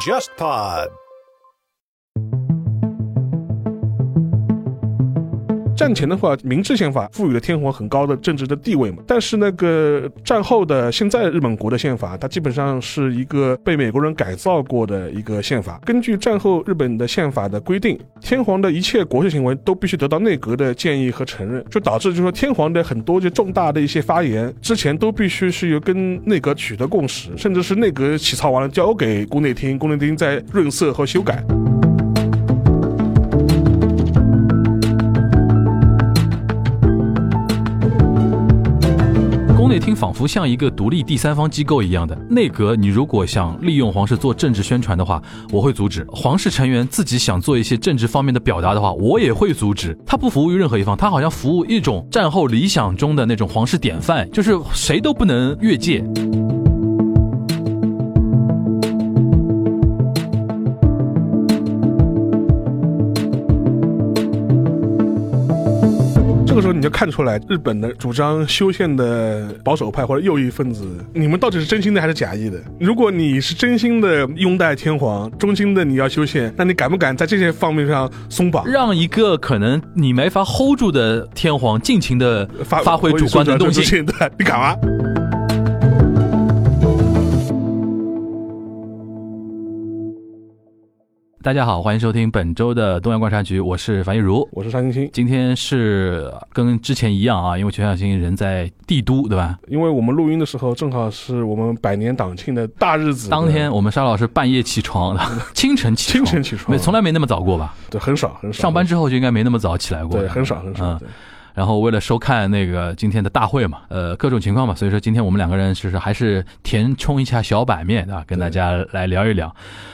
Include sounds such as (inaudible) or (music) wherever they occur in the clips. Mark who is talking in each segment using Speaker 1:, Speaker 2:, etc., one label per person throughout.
Speaker 1: JustPod。
Speaker 2: 战前的话，明治宪法赋予了天皇很高的政治的地位嘛。但是那个战后的现在日本国的宪法，它基本上是一个被美国人改造过的一个宪法。根据战后日本的宪法的规定，天皇的一切国事行为都必须得到内阁的建议和承认，就导致就是说天皇的很多就重大的一些发言之前都必须是由跟内阁取得共识，甚至是内阁起草完了交给宫内厅，宫内厅再润色和修改。
Speaker 3: 宫内厅仿佛像一个独立第三方机构一样的内阁，你如果想利用皇室做政治宣传的话，我会阻止；皇室成员自己想做一些政治方面的表达的话，我也会阻止。他不服务于任何一方，他好像服务一种战后理想中的那种皇室典范，就是谁都不能越界。
Speaker 2: 这个时候你就看出来，日本的主张修宪的保守派或者右翼分子，你们到底是真心的还是假意的？如果你是真心的拥戴天皇，忠心的你要修宪，那你敢不敢在这些方面上松绑？
Speaker 3: 让一个可能你没法 hold 住的天皇尽情的
Speaker 2: 发
Speaker 3: 发挥主观能动
Speaker 2: (laughs)
Speaker 3: 性，
Speaker 2: 对吧，你敢吗？
Speaker 3: 大家好，欢迎收听本周的东亚观察局，我是樊玉茹。
Speaker 2: 我是沙欣欣，
Speaker 3: 今天是跟之前一样啊，因为全小新人在帝都，对吧？
Speaker 2: 因为我们录音的时候正好是我们百年党庆的大日子，
Speaker 3: 当天我们沙老师半夜起床， (laughs) 清晨起
Speaker 2: 清
Speaker 3: 床，
Speaker 2: 晨起床，
Speaker 3: 没从来没那么早过吧？
Speaker 2: 对很少很少
Speaker 3: 上班之后就应该没那么早起来过，
Speaker 2: 对很少很少。
Speaker 3: 嗯
Speaker 2: 对
Speaker 3: 然后为了收看那个今天的大会嘛，呃，各种情况嘛，所以说今天我们两个人就是还是填充一下小版面啊，跟大家来聊一聊。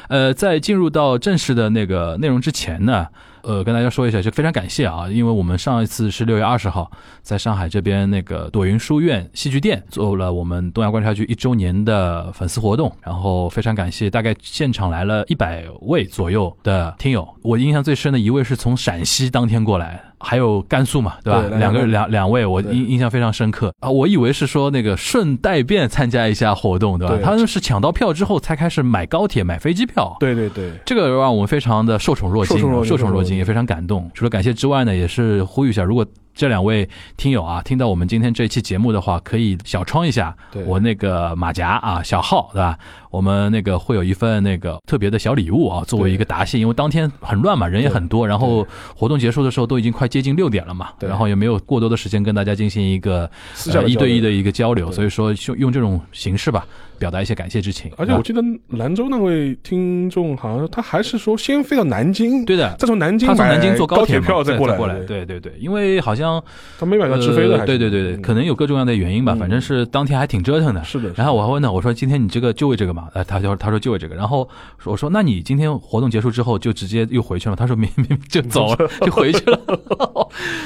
Speaker 3: 呃，在进入到正式的那个内容之前呢，呃，跟大家说一下，就非常感谢啊，因为我们上一次是六月二十号在上海这边那个朵云书院戏剧店做了我们东亚观察局一周年的粉丝活动，然后非常感谢大概现场来了一百位左右的听友，我印象最深的一位是从陕西当天过来。还有甘肃嘛，对吧？
Speaker 2: 对
Speaker 3: 两个
Speaker 2: 两个
Speaker 3: 两两位，我
Speaker 2: 对
Speaker 3: 印印象非常深刻啊！我以为是说那个顺带便参加一下活动，对吧？
Speaker 2: 对
Speaker 3: 他们是抢到票之后才开始买高铁、买飞机票，
Speaker 2: 对对对，
Speaker 3: 这个让我们非常的受宠若惊，啊
Speaker 2: 受宠若惊
Speaker 3: 受
Speaker 2: 受宠
Speaker 3: 宠若
Speaker 2: 若惊
Speaker 3: 惊，也非常感动。除了感谢之外呢，也是呼吁一下，如果这两位听友啊听到我们今天这期节目的话，可以小窗一下
Speaker 2: 对
Speaker 3: 我那个马甲啊，小号对吧？我们那个会有一份那个特别的小礼物啊，作为一个答谢，因为当天很乱嘛，人也很多，然后活动结束的时候都已经快接近六点了嘛，
Speaker 2: 对
Speaker 3: 然后也没有过多的时间跟大家进行一个
Speaker 2: 私下
Speaker 3: 呃
Speaker 2: 的
Speaker 3: 一
Speaker 2: 交流
Speaker 3: 对一的一个交流，
Speaker 2: 对
Speaker 3: 所以说用用这种形式吧，表达一些感谢之情。
Speaker 2: 而且
Speaker 3: 啊
Speaker 2: 我记得兰州那位听众好像他还是说先飞到南京，
Speaker 3: 对的，
Speaker 2: 再从南京
Speaker 3: 他从
Speaker 2: 买
Speaker 3: 南京坐
Speaker 2: 高铁
Speaker 3: 铁嘛
Speaker 2: 票
Speaker 3: 再
Speaker 2: 过来，
Speaker 3: 过来，对对对，因为好像
Speaker 2: 他没买到直飞的
Speaker 3: 呃
Speaker 2: 还是，
Speaker 3: 对对对对，
Speaker 2: 嗯
Speaker 3: 可能有各种各样的原因吧，
Speaker 2: 嗯
Speaker 3: 反正是当天还挺折腾的。
Speaker 2: 是的。
Speaker 3: 然后我还问他，我说今天你这个就为这个嘛？呃，他就他说就为这个。然后我说那你今天活动结束之后就直接又回去了吗？他说明明就走了，就回去
Speaker 2: (laughs)
Speaker 3: 了。 (laughs)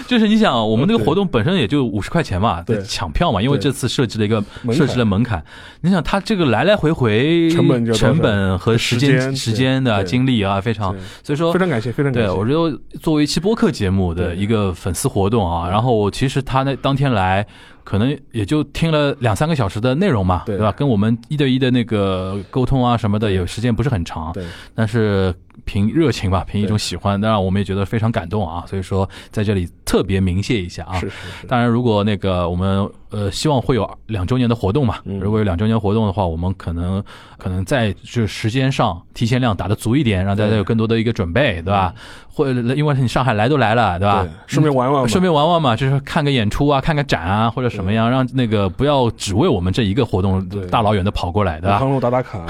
Speaker 3: 就是你想，我们那个活动本身也就五十块钱嘛，
Speaker 2: 对
Speaker 3: 抢票嘛，因为
Speaker 2: 对
Speaker 3: 这次设置了一个
Speaker 2: 门槛
Speaker 3: 设置了门槛。你想他这个来来回回
Speaker 2: 成本就多少
Speaker 3: 成本和时
Speaker 2: 时
Speaker 3: 间
Speaker 2: 间
Speaker 3: 时间的
Speaker 2: 对
Speaker 3: 精力啊，非常
Speaker 2: 对
Speaker 3: 所以说
Speaker 2: 非常感谢，非常感
Speaker 3: 对，
Speaker 2: 谢。
Speaker 3: 我觉得作为一期播客节目的
Speaker 2: 对
Speaker 3: 一个粉丝活动啊，然后我其实他那当天来，可能也就听了两三个小时的内容嘛，
Speaker 2: 对
Speaker 3: 对吧？跟我们一对一的那个沟通啊什么的，也时间不是很长，
Speaker 2: 对，
Speaker 3: 但是凭热情吧，凭一种
Speaker 2: 对
Speaker 3: 喜欢，当然我们也觉得非常感动啊，所以说在这里特别鸣谢一下啊。
Speaker 2: 是是是，
Speaker 3: 当然，如果那个我们呃希望会有两周年的活动嘛，
Speaker 2: 嗯
Speaker 3: 如果有两周年活动的话，我们可能可能在就是时间上提前量打得足一点，让大家有更多的一个准备，对吧？或者因为你上海来都来了，对吧
Speaker 2: 嗯对？顺便玩玩吧，
Speaker 3: 顺便玩玩嘛，就是看个演出啊，看个展啊，或者什么样，让那个不要只为我们这一个活动
Speaker 2: 对
Speaker 3: 大老远的跑过来，对
Speaker 2: 武
Speaker 3: 吧？
Speaker 2: 康路打打卡，啊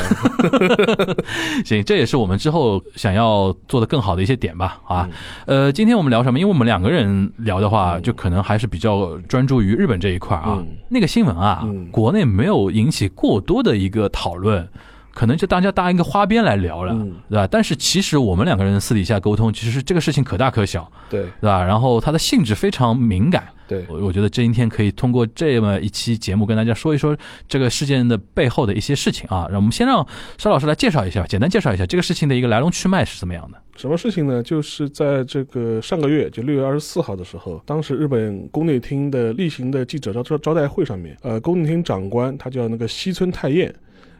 Speaker 3: (laughs) 行，这也是我们之后想要做的更好的一些点吧，啊，
Speaker 2: 嗯
Speaker 3: 呃，今天我们聊什么？因为我们两个人聊的话，就可能还是比较专注于日本这一块啊。
Speaker 2: 嗯
Speaker 3: 那个新闻啊，
Speaker 2: 嗯
Speaker 3: 国内没有引起过多的一个讨论。可能就大家搭一个花边来聊了，
Speaker 2: 嗯
Speaker 3: 对吧？但是其实我们两个人私底下沟通，其实是这个事情可大可小，
Speaker 2: 对
Speaker 3: 对吧？然后它的性质非常敏感，
Speaker 2: 对，
Speaker 3: 我我觉得今天可以通过这么一期节目跟大家说一说这个事件的背后的一些事情啊。让我们先让邵老师来介绍一下，简单介绍一下这个事情的一个来龙去脉是怎么样的。
Speaker 2: 什么事情呢？就是在这个上个月，就六月二十四号的时候，当时日本宫内厅的例行的记者招招招待会上面，呃，宫内厅长官他叫那个西村泰彦，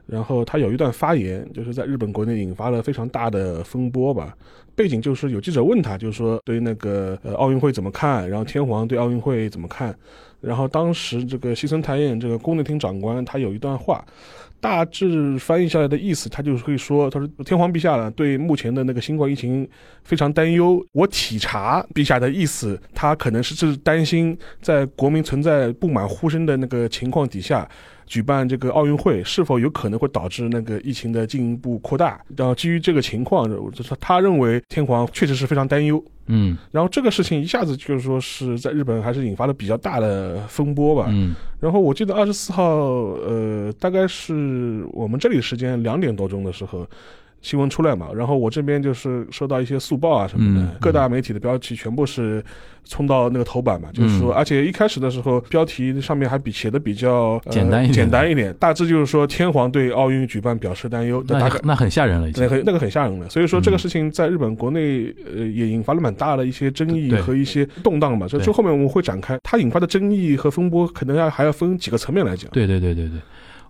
Speaker 2: 然后他有一段发言，就是在日本国内引发了非常大的风波吧。背景就是有记者问他，就是说对那个呃奥运会怎么看，然后天皇对奥运会怎么看，然后当时这个西村泰彦这个宫内厅长官他有一段话，大致翻译下来的意思，他就是会说，他说天皇陛下呢对目前的那个新冠疫情非常担忧。我体察陛下的意思，他可能是是担心在国民存在不满呼声的那个情况底下。举办这个奥运会是否有可能会导致那个疫情的进一步扩大？然后基于这个情况，就是他认为天皇确实是非常担忧。
Speaker 3: 嗯
Speaker 2: 然后这个事情一下子就是说是在日本还是引发了比较大的风波吧。
Speaker 3: 嗯
Speaker 2: 然后我记得二十四号，呃，大概是我们这里时间两点多钟的时候，新闻出来嘛。然后我这边就是收到一些速报啊什么的，
Speaker 3: 嗯
Speaker 2: 各大媒体的标题全部是冲到那个头版嘛，就是说，
Speaker 3: 嗯
Speaker 2: 而且一开始的时候标题上面还比写的比较、呃
Speaker 3: 简单一点
Speaker 2: 简单一点，大致就是说天皇对奥运举办表示担忧，大
Speaker 3: 那
Speaker 2: 概
Speaker 3: 那很吓人了已经
Speaker 2: 那。个那个很吓人的，所以说这个
Speaker 3: 嗯
Speaker 2: 事情在日本国内呃也引发了蛮大的一些争议
Speaker 3: 对
Speaker 2: 和一些动荡吧。这
Speaker 3: 对
Speaker 2: 这后面我们会展开，它引发的争议和风波可能要还要分几个层面来讲。
Speaker 3: 对对对对对，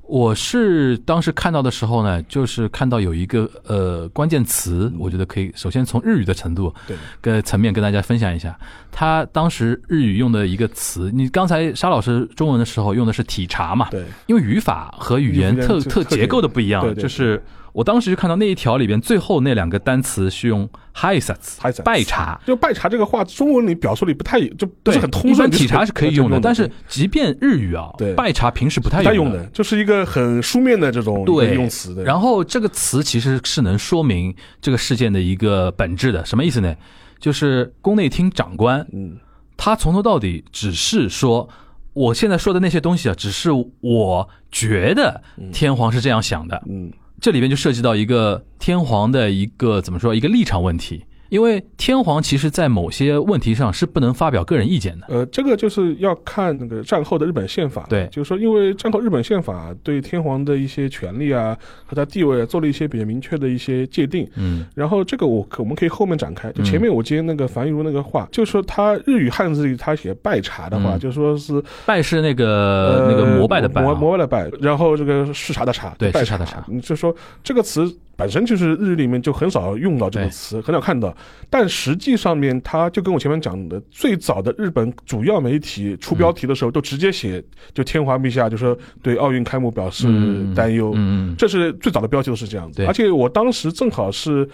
Speaker 3: 我是当时看到的时候呢，就是看到有一个呃关键词，我觉得可以首先从日语的程度
Speaker 2: 对
Speaker 3: 跟层面跟大家分享一下。他当时日语用的一个词，你刚才沙老师中文的时候用的是体察嘛，
Speaker 2: 对
Speaker 3: 因为语法和语言
Speaker 2: 语言
Speaker 3: 特
Speaker 2: 特
Speaker 3: 特
Speaker 2: 特
Speaker 3: 结构的不一样，
Speaker 2: 对对对
Speaker 3: 就是我当时就看到那一条里边最后那两个单词是用 h i s a t
Speaker 2: ，hi-sats
Speaker 3: 拜茶。
Speaker 2: 就拜茶这个话，中文里表述里不太就不
Speaker 3: 对，
Speaker 2: 是很通
Speaker 3: 一般
Speaker 2: 顺。
Speaker 3: 体察是可以用的，但是
Speaker 2: 对
Speaker 3: 即便日语啊
Speaker 2: 对，
Speaker 3: 拜茶平时不太
Speaker 2: 不太
Speaker 3: 用
Speaker 2: 用的，就是一个很书面的这种一
Speaker 3: 对
Speaker 2: 个用词的。
Speaker 3: 然后这个词其实是能说明这个事件的一个本质的，什么意思呢？就是宫内厅长官
Speaker 2: 嗯，
Speaker 3: 他从头到底只是说，我现在说的那些东西啊，只是我觉得天皇是这样想的。
Speaker 2: 嗯
Speaker 3: 这里边就涉及到一个天皇的一个怎么说一个立场问题，因为天皇其实在某些问题上是不能发表个人意见的。
Speaker 2: 呃，这个就是要看那个战后的日本宪法，
Speaker 3: 对
Speaker 2: 就是说，因为战后日本宪法对天皇的一些权利啊和他地位啊做了一些比较明确的一些界定，
Speaker 3: 嗯
Speaker 2: 然后这个我可我们可以后面展开。就前面我接那个樊玉茹那个话，就说他日语汉字里他写拜茶的话，
Speaker 3: 嗯
Speaker 2: 就说是呃
Speaker 3: 拜是那个、那个膜拜的拜、啊，
Speaker 2: 膜膜拜的拜，然后这个视察的察，
Speaker 3: 对
Speaker 2: 拜
Speaker 3: 视察的察
Speaker 2: 你就说这个词本身就是日语里面就很少用到这个
Speaker 3: 对
Speaker 2: 词，很少看到，但实际上面它就跟我前面讲的，最早的日本主要媒体出标题的
Speaker 3: 嗯
Speaker 2: 时候，都直接写就天皇陛下就说对奥运开幕表示
Speaker 3: 嗯
Speaker 2: 担忧，
Speaker 3: 嗯嗯
Speaker 2: 这是最早的标题都是这样子
Speaker 3: 对，
Speaker 2: 而且我当时正好是。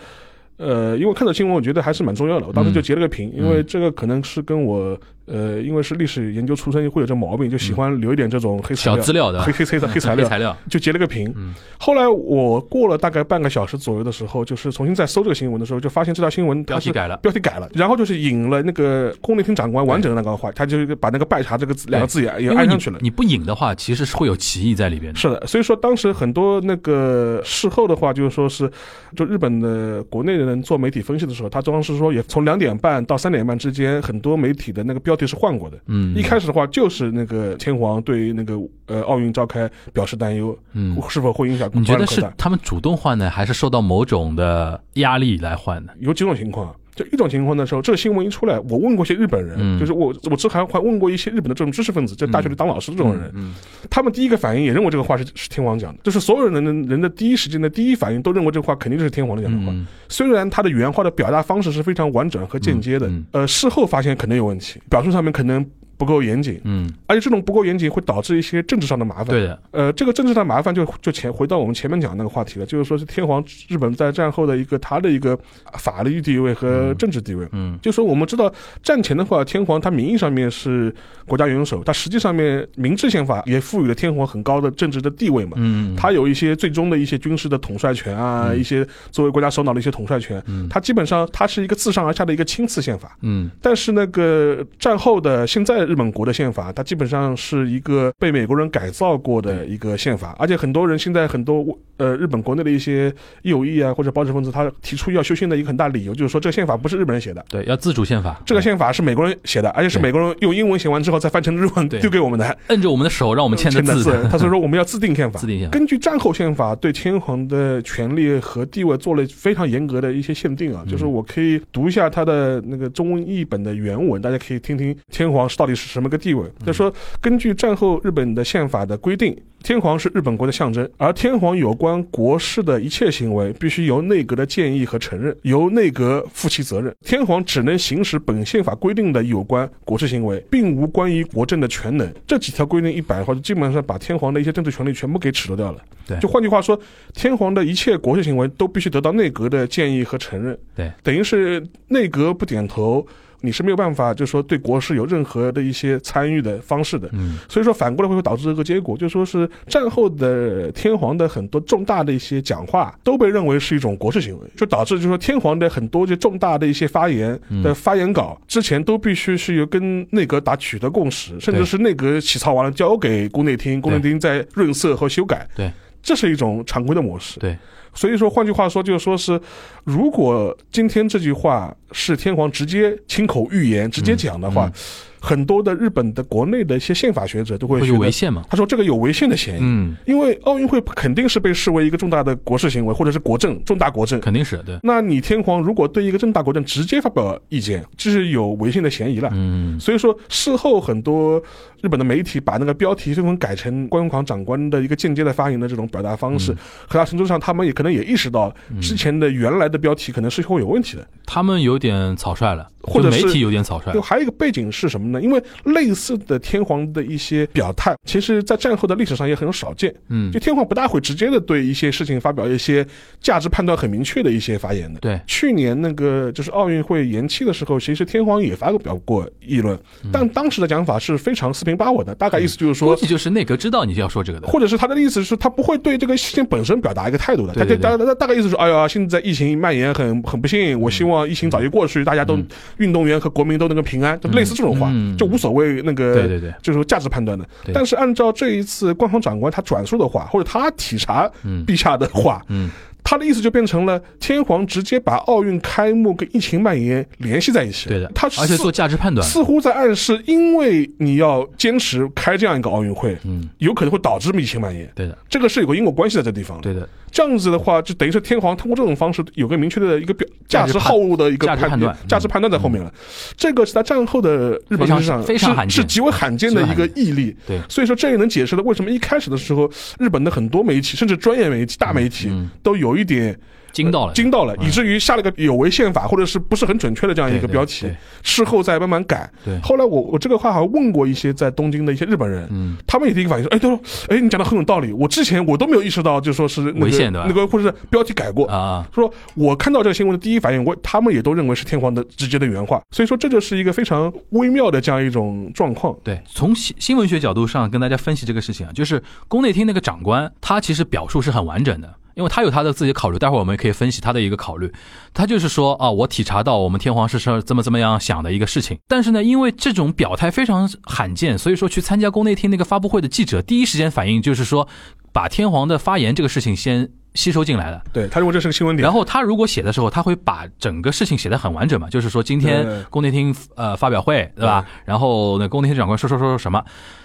Speaker 2: 呃，因为看到新闻，我觉得还是蛮重要
Speaker 3: 嗯
Speaker 2: 的。我当时就截了个屏，因为这个可能是跟我呃，因为是历史研究出身，会有这毛病，就喜欢留一点这种黑材
Speaker 3: 小
Speaker 2: 料、
Speaker 3: 资料的啊
Speaker 2: 黑黑黑黑材
Speaker 3: (laughs) 黑
Speaker 2: 料，
Speaker 3: 材料，嗯
Speaker 2: 就截了个屏。后来我过了大概半个小时左右的时候，就是重新再搜这个新闻的时候，就发现这条新闻
Speaker 3: 标
Speaker 2: 它
Speaker 3: 题
Speaker 2: 是
Speaker 3: 改了。
Speaker 2: 标题改了，然后就是引了那个宫内厅长官完整的那个话，他就把那个“拜茶”这个字两个字也也
Speaker 3: 因为
Speaker 2: 安
Speaker 3: 你
Speaker 2: 上去了。
Speaker 3: 你不引的话，其实是会有歧义在里边的。
Speaker 2: 是的，所以说当时很多那个事后的话，就是说是，就日本的国内的人做媒体分析的时候，他当时说也从两点半到三点半之间，很多媒体的那个标题是换过的。
Speaker 3: 嗯，
Speaker 2: 一开始的话就是那个天皇对那个呃奥运召开表示担忧，
Speaker 3: 嗯，
Speaker 2: 是否会影响
Speaker 3: 你觉得
Speaker 2: 扩
Speaker 3: 是
Speaker 2: 大？
Speaker 3: 他们主动换呢，还是受到某种的压力来换呢？
Speaker 2: 有几种情况啊。就一种情况的时候，这个新闻一出来，我问过一些日本人，
Speaker 3: 嗯
Speaker 2: 就是我我之前还问过一些日本的这种知识分子，就大学里当老师的这种人，
Speaker 3: 嗯，
Speaker 2: 他们第一个反应也认为这个话是是天皇讲的，就是所有人的人的第一时间的第一反应都认为这个话肯定就是天皇讲的话。
Speaker 3: 嗯
Speaker 2: 虽然他的原话的表达方式是非常完整和间接的，
Speaker 3: 嗯
Speaker 2: 呃，事后发现可能有问题，表述上面可能不够严谨，
Speaker 3: 嗯，
Speaker 2: 而且这种不够严谨会导致一些政治上的麻烦。
Speaker 3: 对的，
Speaker 2: 呃，这个政治上的麻烦就就前回到我们前面讲的那个话题了，就是说是天皇日本在战后的一个他的一个法律地位和政治地位。
Speaker 3: 嗯
Speaker 2: 就说我们知道战前的话，天皇他名义上面是国家元首，他实际上面明治宪法也赋予了天皇很高的政治的地位嘛。
Speaker 3: 嗯，
Speaker 2: 他有一些最终的一些军事的统帅权啊，
Speaker 3: 嗯
Speaker 2: 一些作为国家首脑的一些统帅权，
Speaker 3: 嗯
Speaker 2: 他基本上他是一个自上而下的一个亲赐宪法。
Speaker 3: 嗯
Speaker 2: 但是那个战后的现在日本国的宪法，它
Speaker 3: 嗯
Speaker 2: 基本上是一个被美国人改造过的一个宪法，而且很多人现在很多呃日本国内的一些右翼啊或者保守分子，他提出要修宪的一个很大理由就是说这个宪法不是日本人写的。
Speaker 3: 对，要自主宪法，
Speaker 2: 这个宪法是美国人写的，而且是
Speaker 3: 对
Speaker 2: 美国人用英文写完之后再翻成日文
Speaker 3: 对
Speaker 2: 丢给
Speaker 3: (laughs)
Speaker 2: 我们的，
Speaker 3: 摁着我们的手让我们签的
Speaker 2: 签的
Speaker 3: 字， (laughs)
Speaker 2: 字。他所以说我们要自定宪法
Speaker 3: 自。定宪法。
Speaker 2: 根据战后宪法对天皇的权利和地位做了非常严格的一些限定啊，
Speaker 3: 嗯
Speaker 2: 就是我可以读一下他的那个中文译本的原文，大家可以听听天皇是到底是什么个地位。
Speaker 3: 嗯
Speaker 2: 他说，根据战后日本的宪法的规定，天皇是日本国的象征，而天皇有关国事的一切行为必须由内阁的建议和承认，由内阁负其责任。天皇只能行使本宪法规定的有关国事行为，并无关于国政的全能。这几条规定一摆的话，就基本上把天皇的一些政治权利全部给褫夺掉了。
Speaker 3: 对
Speaker 2: 就换句话说，天皇的一切国事行为都必须得到内阁的建议和承认。
Speaker 3: 对，
Speaker 2: 等于是内阁不点头，你是没有办法，就是说对国事有任何的一些参与的方式的。
Speaker 3: 嗯，
Speaker 2: 所以说反过来会导致这个结果，就说是战后的天皇的很多重大的一些讲话都被认为是一种国事行为，就导致就说天皇的很多就重大的一些发言
Speaker 3: 嗯
Speaker 2: 的发言稿之前都必须是由跟内阁达取得共识，甚至是内阁起草完了交给宫内厅，宫内厅再润色和修改。
Speaker 3: 对。
Speaker 2: 这是一种常规的模式，
Speaker 3: 对，
Speaker 2: 所以说，换句话说，就是说是，如果今天这句话是天皇直接亲口预言、直接讲的话，
Speaker 3: 嗯
Speaker 2: 很多的日本的国内的一些宪法学者都会
Speaker 3: 会
Speaker 2: 觉
Speaker 3: 有
Speaker 2: 得
Speaker 3: 违宪嘛？
Speaker 2: 他说这个有违宪的嫌疑，
Speaker 3: 嗯，
Speaker 2: 因为奥运会肯定是被视为一个重大的国事行为，或者是国政重大国政。
Speaker 3: 肯定是对，
Speaker 2: 那你天皇如果对一个重大国政直接发表意见，这是有违宪的嫌疑了。
Speaker 3: 嗯，
Speaker 2: 所以说，事后很多日本的媒体把那个标题纷纷改成官房长官的一个间接的发言的这种表达方式，
Speaker 3: 嗯
Speaker 2: 很大程度上他们也可能也意识到
Speaker 3: 嗯
Speaker 2: 之前的原来的标题可能是会有问题的。
Speaker 3: 他们有点草率了，
Speaker 2: 或者
Speaker 3: 就是媒体有点草率
Speaker 2: 就，还有一个背景是什么呢？因为类似的天皇的一些表态，其实在战后的历史上也很少见。
Speaker 3: 嗯
Speaker 2: 就，天皇不大会直接的对一些事情发表一些价值判断很明确的一些发言的。
Speaker 3: 对，
Speaker 2: 去年那个就是奥运会延期的时候，其实天皇也发表过议论，
Speaker 3: 嗯
Speaker 2: 但当时的讲法是非常四平八稳的，大概意思就是说。
Speaker 3: 估计就是内阁知道你要说这个的，
Speaker 2: 或者是他的意思是，他不会对这个事情本身表达一个态度的，他
Speaker 3: 对
Speaker 2: 就
Speaker 3: 对
Speaker 2: 大大大概意思是，哎呀，现在疫情蔓延很很不幸，我希望疫情早日过去，大家都
Speaker 3: 嗯
Speaker 2: 运动员和国民都能够平安，就类似这种话，
Speaker 3: 嗯
Speaker 2: 就无所谓那个
Speaker 3: 对对对，
Speaker 2: 就是价值判断的。
Speaker 3: 对
Speaker 2: 但是按照这一次官方长官他转述的话，或者他体察
Speaker 3: 嗯
Speaker 2: 陛下的话，
Speaker 3: 嗯，
Speaker 2: 他的意思就变成了天皇直接把奥运开幕跟疫情蔓延联系在一起。
Speaker 3: 对的，
Speaker 2: 他
Speaker 3: 而且
Speaker 2: 似
Speaker 3: 做价值判断，
Speaker 2: 似乎在暗示，因为你要坚持开这样一个奥运会，
Speaker 3: 嗯，
Speaker 2: 有可能会导致疫情蔓延。
Speaker 3: 对的，
Speaker 2: 这个是有个因果关系在这地方的。
Speaker 3: 对的，
Speaker 2: 这样子的话，就等于是天皇通过这种方式有个明确的一个表价
Speaker 3: 价值
Speaker 2: 值
Speaker 3: 判
Speaker 2: 好恶的一个
Speaker 3: 价值判断嗯
Speaker 2: 价值判断在后面了。这个是在战后的日本历史上
Speaker 3: 非常非常罕
Speaker 2: 是是
Speaker 3: 见
Speaker 2: 极为罕见的一个毅力。
Speaker 3: 对，
Speaker 2: 所以说，这也能解释了为什么一开始的时候，日本的很多媒体，甚至专业媒体、大媒体，
Speaker 3: 嗯
Speaker 2: 都有一点
Speaker 3: 惊到了，
Speaker 2: 惊到了，以至于下了个有违宪法或者是不是很准确的这样一
Speaker 3: 对
Speaker 2: 个
Speaker 3: 对
Speaker 2: 标题
Speaker 3: 对，
Speaker 2: 事后再慢慢改。
Speaker 3: 对
Speaker 2: 后来我我这个话好像问过一些在东京的一些日本人，
Speaker 3: 嗯，
Speaker 2: 他们也第一个反应说，哎，他说，哎，你讲的很有道理，我之前我都没有意识到，就说是那个
Speaker 3: 违宪对吧
Speaker 2: 那个或者是标题改过。
Speaker 3: 啊，
Speaker 2: 说我看到这个新闻的第一反应，我他们也都认为是天皇的直接的原话，所以说这就是一个非常微妙的这样一种状况。
Speaker 3: 对，从新新闻学角度上跟大家分析这个事情啊，就是宫内厅那个长官，他其实表述是很完整的，因为他有他的自己的考虑，待会儿我们也可以分析他的一个考虑。他就是说啊，我体察到我们天皇是是怎么怎么样想的一个事情，但是呢，因为这种表态非常罕见，所以说去参加宫内厅那个发布会的记者，第一时间反应就是说，把天皇的发言这个事情先吸收进来了。
Speaker 2: 对他认为这是个新闻点
Speaker 3: 然，后他如果写的时候，他会把整个事情写得很完整嘛，就是说今
Speaker 2: 对
Speaker 3: 天宫内厅呃发表会，对吧？然后呢，宫内厅长官说说说说什么？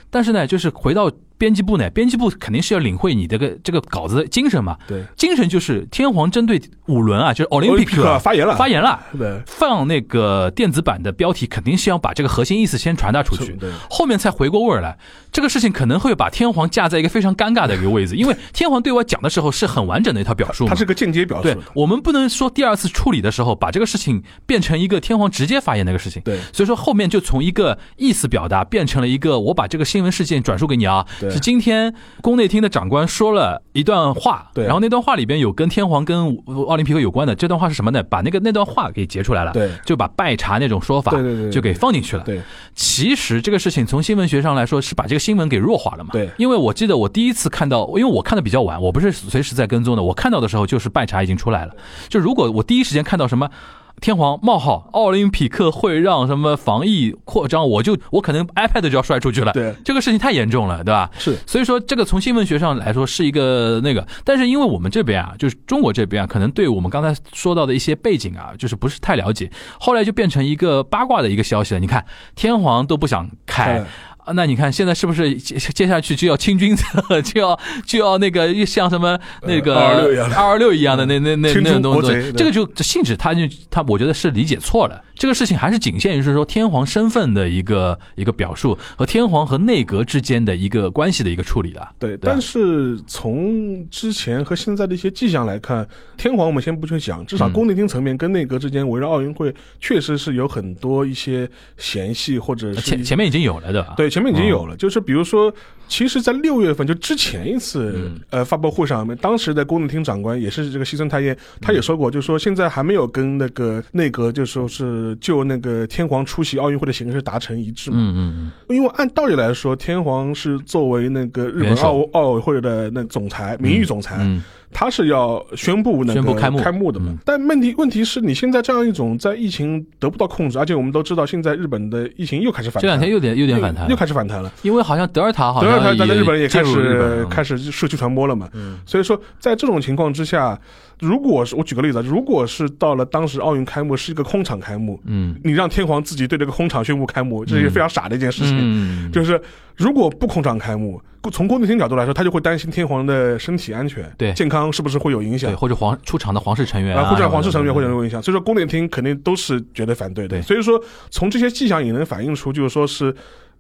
Speaker 3: 但是呢，就是回到编辑部呢，编辑部肯定是要领会你这个这个稿子的精神嘛。
Speaker 2: 对，
Speaker 3: 精神就是天皇针对五轮啊，就是奥林
Speaker 2: 奥
Speaker 3: 匹
Speaker 2: 林匹
Speaker 3: 克
Speaker 2: 克
Speaker 3: 啊
Speaker 2: 发言了，
Speaker 3: 发言了，
Speaker 2: 对，
Speaker 3: 放那个电子版的标题，肯定是要把这个核心意思先传达出去。
Speaker 2: 对，
Speaker 3: 后面才回过味儿来。这个事情可能会把天皇架在一个非常尴尬的一个位置，因为天皇对外讲的时候是很完整的一套表述
Speaker 2: 啊
Speaker 3: 嘛
Speaker 2: 他。是个间接表
Speaker 3: 对
Speaker 2: 述，
Speaker 3: 我们不能说第二次处理的时候把这个事情变成一个天皇直接发言的一个事情。
Speaker 2: 对
Speaker 3: 所以说后面就从一个意思表达变成了一个我把这个新闻事件转述给你啊，
Speaker 2: 对
Speaker 3: 是今天宫内厅的长官说了一段话，
Speaker 2: 对
Speaker 3: 然后那段话里边有跟天皇跟奥林匹克有关的，这段话是什么呢？把那个那段话给截出来了，
Speaker 2: 对
Speaker 3: 就把拜茶那种说法
Speaker 2: 对对对对
Speaker 3: 就给放进去了，
Speaker 2: 对，
Speaker 3: 其实这个事情从新闻学上来说是把这个新闻给弱化了嘛？
Speaker 2: 对
Speaker 3: 因为我记得我第一次看到，因为我看的比较晚，我不是随时在跟踪的，我看到的时候就是拜茶已经出来了。就如果我第一时间看到什么天皇冒号奥林匹克会让什么防疫扩张，我就我可能 iPad 就要摔出去了。
Speaker 2: 对，
Speaker 3: 这个事情太严重了，对吧？
Speaker 2: 是，
Speaker 3: 所以说这个从新闻学上来说是一个那个，但是因为我们这边啊，就是中国这边啊，可能对我们刚才说到的一些背景啊，就是不是太了解，后来就变成一个八卦的一个消息了。你看，天皇都不想开。
Speaker 2: 嗯
Speaker 3: 啊那你看现在是不是接接下去就要清君侧， (laughs) 就要就要那个像什么那个
Speaker 2: 呃226一样的
Speaker 3: 二六一样的那那那
Speaker 2: 清
Speaker 3: 那
Speaker 2: 除
Speaker 3: 种东
Speaker 2: 国贼
Speaker 3: 西，
Speaker 2: 对
Speaker 3: 这个就这性质他就他我觉得是理解错了，这个事情还是仅限于是说天皇身份的一个一个表述和天皇和内阁之间的一个关系的一个处理了。
Speaker 2: 对，
Speaker 3: 对啊
Speaker 2: 但是从之前和现在的一些迹象来看，天皇我们先不去讲，至少
Speaker 3: 嗯
Speaker 2: 宫廷层面跟内阁之间围绕奥运会确实是有很多一些嫌隙，或者是
Speaker 3: 呃前前哦面已经有了对吧？
Speaker 2: 对前面已经有了，就是比如说，其实，在六月份就之前一次、
Speaker 3: 嗯
Speaker 2: 呃发布会上面，当时的宫内厅长官也是这个西村太彦，
Speaker 3: 嗯
Speaker 2: 他也说过，就是说现在还没有跟那个内阁就说是就那个天皇出席奥运会的形式达成一致嘛。
Speaker 3: 嗯嗯
Speaker 2: 因为按道理来说，天皇是作为那个日本
Speaker 3: 元首
Speaker 2: 奥奥委会的那总裁、名誉总裁，
Speaker 3: 嗯
Speaker 2: 他是要宣布那个
Speaker 3: 宣布开幕
Speaker 2: 的嘛。
Speaker 3: 嗯
Speaker 2: 但问题问题是你现在这样一种在疫情得不到控制，而且我们都知道现在日本的疫情又开始反弹，
Speaker 3: 这两天又点又点反弹
Speaker 2: 又，开始反弹了。
Speaker 3: 因为好像德尔塔好
Speaker 2: 德尔
Speaker 3: 像
Speaker 2: 塔在日本也开
Speaker 3: 进入日本
Speaker 2: 始
Speaker 3: 了嗯
Speaker 2: 开始社区传播了嘛，所以说在这种情况之下，如果是我举个例子啊，如果是到了当时奥运开幕是一个空场开幕，
Speaker 3: 嗯
Speaker 2: 你让天皇自己对这个空场宣布开幕，这是一个非常傻的一件事情。
Speaker 3: 嗯
Speaker 2: 就是如果不空场开幕，从宫内厅角度来说，他就会担心天皇的身体安全、
Speaker 3: 对
Speaker 2: 健康是不是会有影响
Speaker 3: 对，。或者皇出场的皇室成员
Speaker 2: 啊，
Speaker 3: 啊，
Speaker 2: 或者皇室成员会
Speaker 3: 者
Speaker 2: 有影响，所以说宫内厅肯定都是觉得反对的。
Speaker 3: 对
Speaker 2: 所以说从这些迹象也能反映出，就是说是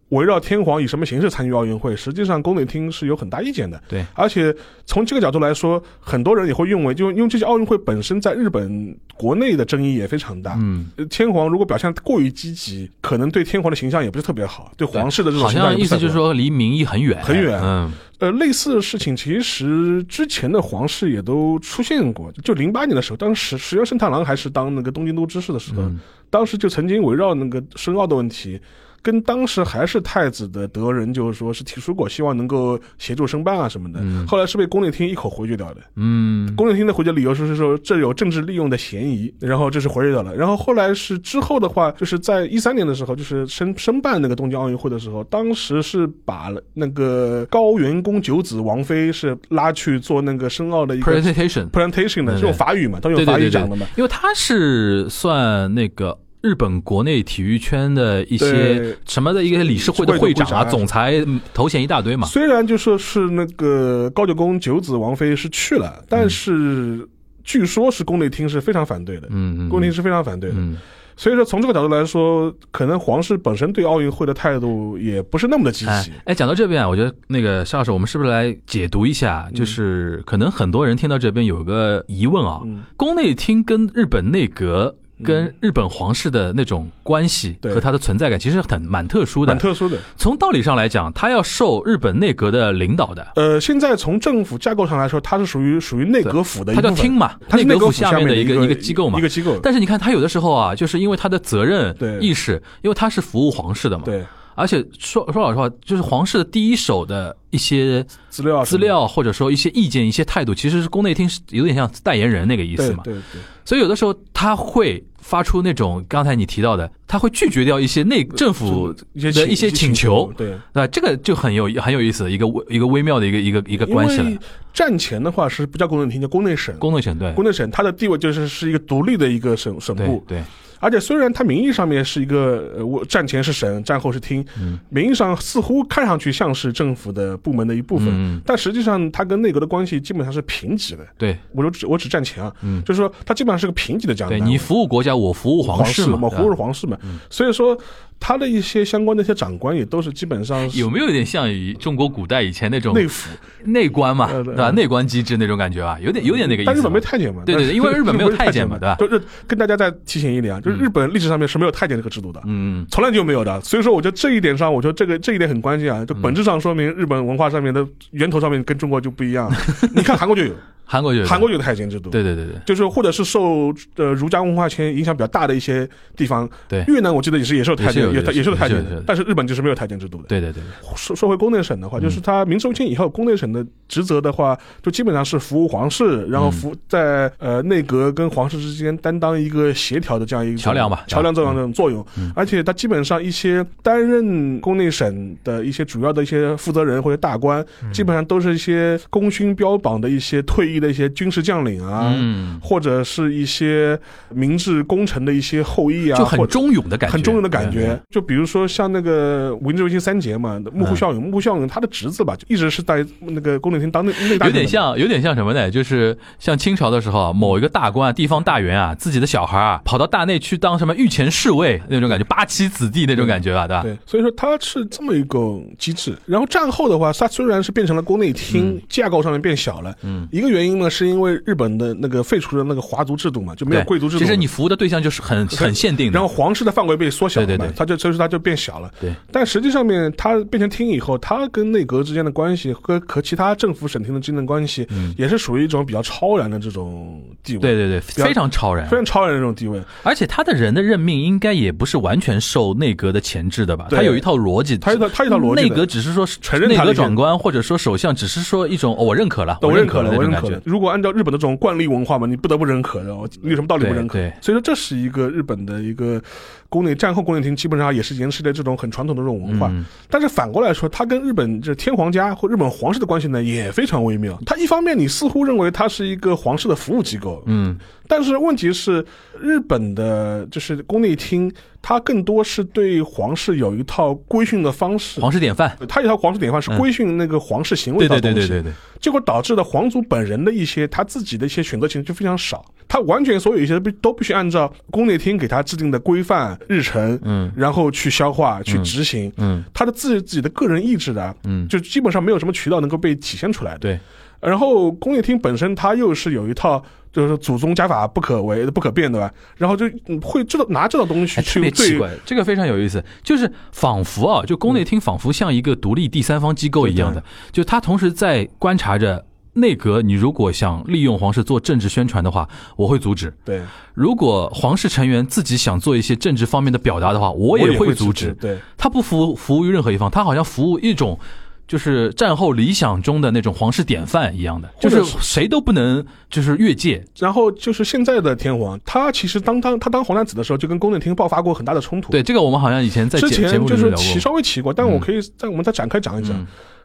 Speaker 2: 围绕天皇以什么形式参与奥运会，实际上宫内厅是有很大意见的。
Speaker 3: 对，
Speaker 2: 而且从这个角度来说，很多人也会认为，就因为这些奥运会本身在日本国内的争议也非常大。
Speaker 3: 嗯。
Speaker 2: 呃天皇如果表现过于积极，可能对天皇的形象也不是特别好，对皇室的这种
Speaker 3: 好
Speaker 2: 形象也
Speaker 3: 像
Speaker 2: 不
Speaker 3: 意
Speaker 2: 是特
Speaker 3: 思
Speaker 2: 别
Speaker 3: 就是
Speaker 2: 好
Speaker 3: 说离民意很远，
Speaker 2: 很远
Speaker 3: 嗯，
Speaker 2: 呃，类似的事情其实之前的皇室也都出现过，就零八年的时候，当时石原慎太郎还是当那个东京都知事的时候，
Speaker 3: 嗯
Speaker 2: 当时就曾经围绕那个申奥的问题。跟当时还是太子的德仁，就是说是提出过，希望能够协助申办啊什么的。
Speaker 3: 嗯
Speaker 2: 后来是被宫内厅一口回绝掉的。
Speaker 3: 嗯，
Speaker 2: 宫内厅的回绝理由是说这有政治利用的嫌疑，然后这是回绝掉了。然后后来是之后的话，就是在一三年的时候，就是申申办那个东京奥运会的时候，当时是把那个高原宫九子王妃是拉去做那个申奥的一个
Speaker 3: presentation，
Speaker 2: presentation 的，
Speaker 3: 对
Speaker 2: 这种法语嘛，都
Speaker 3: 对
Speaker 2: 用
Speaker 3: 对
Speaker 2: 法
Speaker 3: 对
Speaker 2: 语
Speaker 3: 对
Speaker 2: 讲的嘛。，
Speaker 3: 因为他是算那个日本国内体育圈的一些
Speaker 2: 对
Speaker 3: 什么的一个理事会的
Speaker 2: 会
Speaker 3: 会长啊、
Speaker 2: 会长
Speaker 3: 总裁嗯头衔一大堆嘛，
Speaker 2: 虽然就说是那个高九宫九子王妃是去了，但
Speaker 3: 嗯
Speaker 2: 是据说是宫内厅是非常反对的，
Speaker 3: 嗯嗯，
Speaker 2: 宫内厅是非常反对的。
Speaker 3: 嗯，
Speaker 2: 所以说，从这个角度来说，可能皇室本身对奥运会的态度也不是那么的积
Speaker 3: 哎
Speaker 2: 极。
Speaker 3: 哎，讲到这边啊，我觉得那个沙老师，我们是不是来解读一下？就是可能很多人听到这边有个疑问啊，
Speaker 2: 嗯
Speaker 3: 宫内厅跟日本内阁。跟日本皇室的那种关系
Speaker 2: 对
Speaker 3: 和它的存在感，其实很蛮特殊的
Speaker 2: 蛮。特殊的，
Speaker 3: 从道理上来讲，它要受日本内阁的领导的，
Speaker 2: 呃，现在从政府架构上来说，它是属于属于内阁府的一
Speaker 3: 它
Speaker 2: 部
Speaker 3: 叫
Speaker 2: 分，
Speaker 3: 厅嘛，
Speaker 2: 它是内
Speaker 3: 内阁
Speaker 2: 阁
Speaker 3: 府
Speaker 2: 府
Speaker 3: 下面
Speaker 2: 面
Speaker 3: 的一个
Speaker 2: 一
Speaker 3: 一个机构嘛
Speaker 2: 一。个机构，
Speaker 3: 但是你看，它有的时候啊，就是因为它的责任
Speaker 2: 对
Speaker 3: 意识，因为它是服务皇室的嘛，
Speaker 2: 对
Speaker 3: 而且说说老实话，就是皇室的第一手的一些
Speaker 2: 资料啊什
Speaker 3: 资
Speaker 2: 么的
Speaker 3: 料，或者说一些意见、一些态度，其实是宫内厅是有点像代言人那个意思嘛。
Speaker 2: 对对对。
Speaker 3: 所以有的时候他会发出那种刚才你提到的，他会拒绝掉一些内
Speaker 2: 呃
Speaker 3: 政府
Speaker 2: 一些
Speaker 3: 的一些请求，
Speaker 2: 对，
Speaker 3: 那呃这个就很有很有意思的一个微一个微妙的一个一个一个
Speaker 2: 因
Speaker 3: 关系了
Speaker 2: 为。战前的话是不叫宫内厅，叫宫内省。
Speaker 3: 宫内省对
Speaker 2: 宫内省它的地位就是是一个独立的一个省省
Speaker 3: 对
Speaker 2: 部，
Speaker 3: 对，
Speaker 2: 而且虽然它名义上面是一个呃，我战前是省，战后是厅，
Speaker 3: 嗯
Speaker 2: 名义上似乎看上去像是政府的部门的一部分，
Speaker 3: 嗯
Speaker 2: 但实际上它跟内阁的关系基本上是平级的。
Speaker 3: 对
Speaker 2: 我就只我只占前啊，
Speaker 3: 嗯
Speaker 2: 就是说它基本上是个平级的这样的
Speaker 3: 对，
Speaker 2: 单位
Speaker 3: 你服务国家，我服务皇
Speaker 2: 皇室
Speaker 3: 嘛，嗯
Speaker 2: 服务皇室嘛，所以说它的一些相关的一些长官也都是基本上是
Speaker 3: 有没有点像于中国古代以前那种
Speaker 2: 内府，
Speaker 3: 内官嘛，
Speaker 2: 呃
Speaker 3: 对吧？
Speaker 2: 呃
Speaker 3: 内官机制那种感觉啊，有点有点那个意思
Speaker 2: 但
Speaker 3: 嘛。
Speaker 2: 日本没太监嘛，
Speaker 3: 对对对
Speaker 2: 但是
Speaker 3: 因为日本没有太监嘛
Speaker 2: 日本没有太监就是跟大家再提醒一点啊，就是日本历史上面是没有太监这个制度的，
Speaker 3: 嗯，
Speaker 2: 从来就没有的。所以说，我觉得这一点上，我觉得这个这一点很关键啊，就本质上说明日本文化上面的源头上面跟中国就不一样。你看韩国就有，
Speaker 3: 韩国就有
Speaker 2: 韩国就有太监制度，
Speaker 3: 对对对对
Speaker 2: 就是或者是受呃儒家文化圈影响比较大的一些地方，
Speaker 3: 对
Speaker 2: 越南我记得也是也是有太
Speaker 3: 也
Speaker 2: 监，
Speaker 3: 是有
Speaker 2: 也
Speaker 3: 也是
Speaker 2: 也是有太监
Speaker 3: 也是有
Speaker 2: 的，但是日本就是没有太监制度的。
Speaker 3: 对对对对，嗯
Speaker 2: 说说回宫内省的话，就是它明治维新以后，宫内省的职责的话，就基本上是服务皇室，然后
Speaker 3: 嗯
Speaker 2: 服在呃内阁跟皇室之间担当一个协调的这样一个
Speaker 3: 桥梁吧
Speaker 2: 桥梁这样的作用
Speaker 3: 嗯。
Speaker 2: 而且他基本上一些担任宫内省的一些主要的一些负责人或者大官，
Speaker 3: 嗯
Speaker 2: 基本上都是一些功勋标榜的一些退役的一些军事将领啊。
Speaker 3: 嗯，
Speaker 2: 或者是一些明治功臣的一些后裔啊，
Speaker 3: 就
Speaker 2: 或
Speaker 3: 很
Speaker 2: 者
Speaker 3: 忠勇的感觉，
Speaker 2: 很中庸的感觉
Speaker 3: 对。。嗯
Speaker 2: 就比如说像那个明治维新三杰嘛，幕户孝勇，幕户孝勇他的侄子吧，就一直是在那个宫内厅当内内大臣的
Speaker 3: 有点像，有点像什么呢？就是像清朝的时候啊，某一个大官、啊、地方大员啊，自己的小孩啊，跑到大内去当什么御前侍卫那种感觉，八旗子弟那种感觉吧，对吧？
Speaker 2: 对，所以说它是这么一个机制。然后战后的话，它虽然是变成了宫内厅，架构上面变小了，
Speaker 3: 嗯，
Speaker 2: 一个原因呢，是因为日本的那个废除了那个华族制度嘛，就没有
Speaker 3: 对
Speaker 2: 贵族制度
Speaker 3: 其
Speaker 2: 嘛。
Speaker 3: 实你服务的对象就是很很限定的，
Speaker 2: 然后皇室的范围被缩小了嘛，
Speaker 3: 对对对
Speaker 2: 它就所以说它就变小了。
Speaker 3: 对，
Speaker 2: 但实际上面它变成厅以后，它跟内阁之间的关系和和其他政府省厅的之间的关系，
Speaker 3: 嗯
Speaker 2: 也是属于一种比较超然的这种地位，
Speaker 3: 对对对，
Speaker 2: 较
Speaker 3: 非常超然
Speaker 2: 非。常超然的这种地位。
Speaker 3: 而且他的人的任命应该也不是完全受内阁的钳制的吧？
Speaker 2: 对
Speaker 3: 他有一套逻辑，
Speaker 2: 它有一套它有一套逻辑的
Speaker 3: 内阁只是说
Speaker 2: 承认
Speaker 3: 内
Speaker 2: 他的
Speaker 3: 阁
Speaker 2: 意见
Speaker 3: 长官或者说首相，只是说一种、哦我认可了，
Speaker 2: 我
Speaker 3: 认
Speaker 2: 可了，
Speaker 3: 了那
Speaker 2: 我
Speaker 3: 种
Speaker 2: 认
Speaker 3: 感
Speaker 2: 可
Speaker 3: 觉
Speaker 2: 了。。如果按照日本的这种惯例文化嘛，你不得不认可的，我有什么道理不认可？
Speaker 3: 对对
Speaker 2: 所以说这是一个日本的一个宫内战后宫内厅，基本啊上也是延续了这种很传统的这种文化。
Speaker 3: 嗯
Speaker 2: 但是反过来说，它跟日本这天皇家或日本皇室的关系呢也非常微妙。它一方面你似乎认为它是一个皇室的服务机构，
Speaker 3: 嗯，
Speaker 2: 但是问题是日本的就是宫内厅，它更多是对皇室有一套规训的方式。
Speaker 3: 皇室典范，
Speaker 2: 它有一套皇室典范是
Speaker 3: 嗯
Speaker 2: 规训那个皇室行为
Speaker 3: 对
Speaker 2: 的
Speaker 3: 对
Speaker 2: 东
Speaker 3: 对
Speaker 2: 西，
Speaker 3: 对对对，
Speaker 2: 结果导致了皇族本人的一些他自己的一些选择权就非常少，他完全所有一些都必都必须按照宫内厅给他制定的规范日程，
Speaker 3: 嗯
Speaker 2: 然后去消化去执行，
Speaker 3: 嗯
Speaker 2: 他的自自己的个人意志的，
Speaker 3: 嗯，
Speaker 2: 就基本上没有什么渠道能够被体现出来的。
Speaker 3: 对，
Speaker 2: 然后宫内厅本身它又是有一套。就是祖宗家法不可为不可变，对吧？然后就嗯会这种拿这种东西 (laughs)
Speaker 3: 哎，特
Speaker 2: 去
Speaker 3: 别奇
Speaker 2: 对
Speaker 3: 怪，这个非常有意思，就是仿佛啊，就
Speaker 2: 嗯
Speaker 3: 宫内厅仿佛像一个独立第三方机构一样的，就他同时在观察着内阁。你如果想利用皇室做政治宣传的话，我会阻止；
Speaker 2: 对，
Speaker 3: 如果皇室成员自己想做一些政治方面的表达的话，我
Speaker 2: 我
Speaker 3: 也
Speaker 2: 会
Speaker 3: 会阻
Speaker 2: 止。
Speaker 3: 止。
Speaker 2: 对，
Speaker 3: 他不服服务于任何一方，他好像服务一种。就是战后理想中的那种皇室典范一样的，
Speaker 2: 或
Speaker 3: 就
Speaker 2: 者
Speaker 3: 是谁都不能就是越界，
Speaker 2: 然后就是现在的天皇，他其实当当他当皇太子的时候，就跟宫内厅爆发过很大的冲突。
Speaker 3: 对，这个我们好像以前在节
Speaker 2: 之
Speaker 3: 节
Speaker 2: 前
Speaker 3: 目
Speaker 2: 就
Speaker 3: 里
Speaker 2: 是
Speaker 3: 面聊
Speaker 2: 提
Speaker 3: 过。嗯
Speaker 2: 稍微提过，但我可以在我们再展开讲一讲、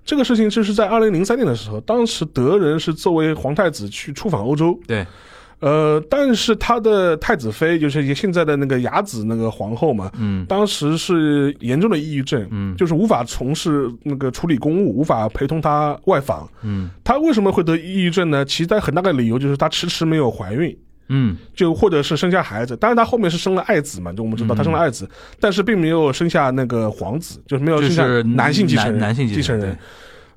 Speaker 2: 这个事情。就是在二零零三年的时候，当时德仁是作为皇太子去出访欧洲，
Speaker 3: 对，
Speaker 2: 呃，但是他的太子妃就是也现在的那个雅子那个皇后嘛，
Speaker 3: 嗯
Speaker 2: 当时是严重的抑郁症，
Speaker 3: 嗯
Speaker 2: 就是无法从事那个处理公务，无法陪同他外访。
Speaker 3: 嗯
Speaker 2: 他为什么会得抑郁症呢？其实在很大的理由就是她迟迟没有怀孕。
Speaker 3: 嗯，
Speaker 2: 就或者是生下孩子，当然她后面是生了爱子嘛，就我们知道她生了爱子，但是并没有生下那个皇子，就是没有
Speaker 3: 嗯就
Speaker 2: 生下
Speaker 3: 是
Speaker 2: 男性继承人。
Speaker 3: 男性
Speaker 2: 继承
Speaker 3: 承
Speaker 2: 人，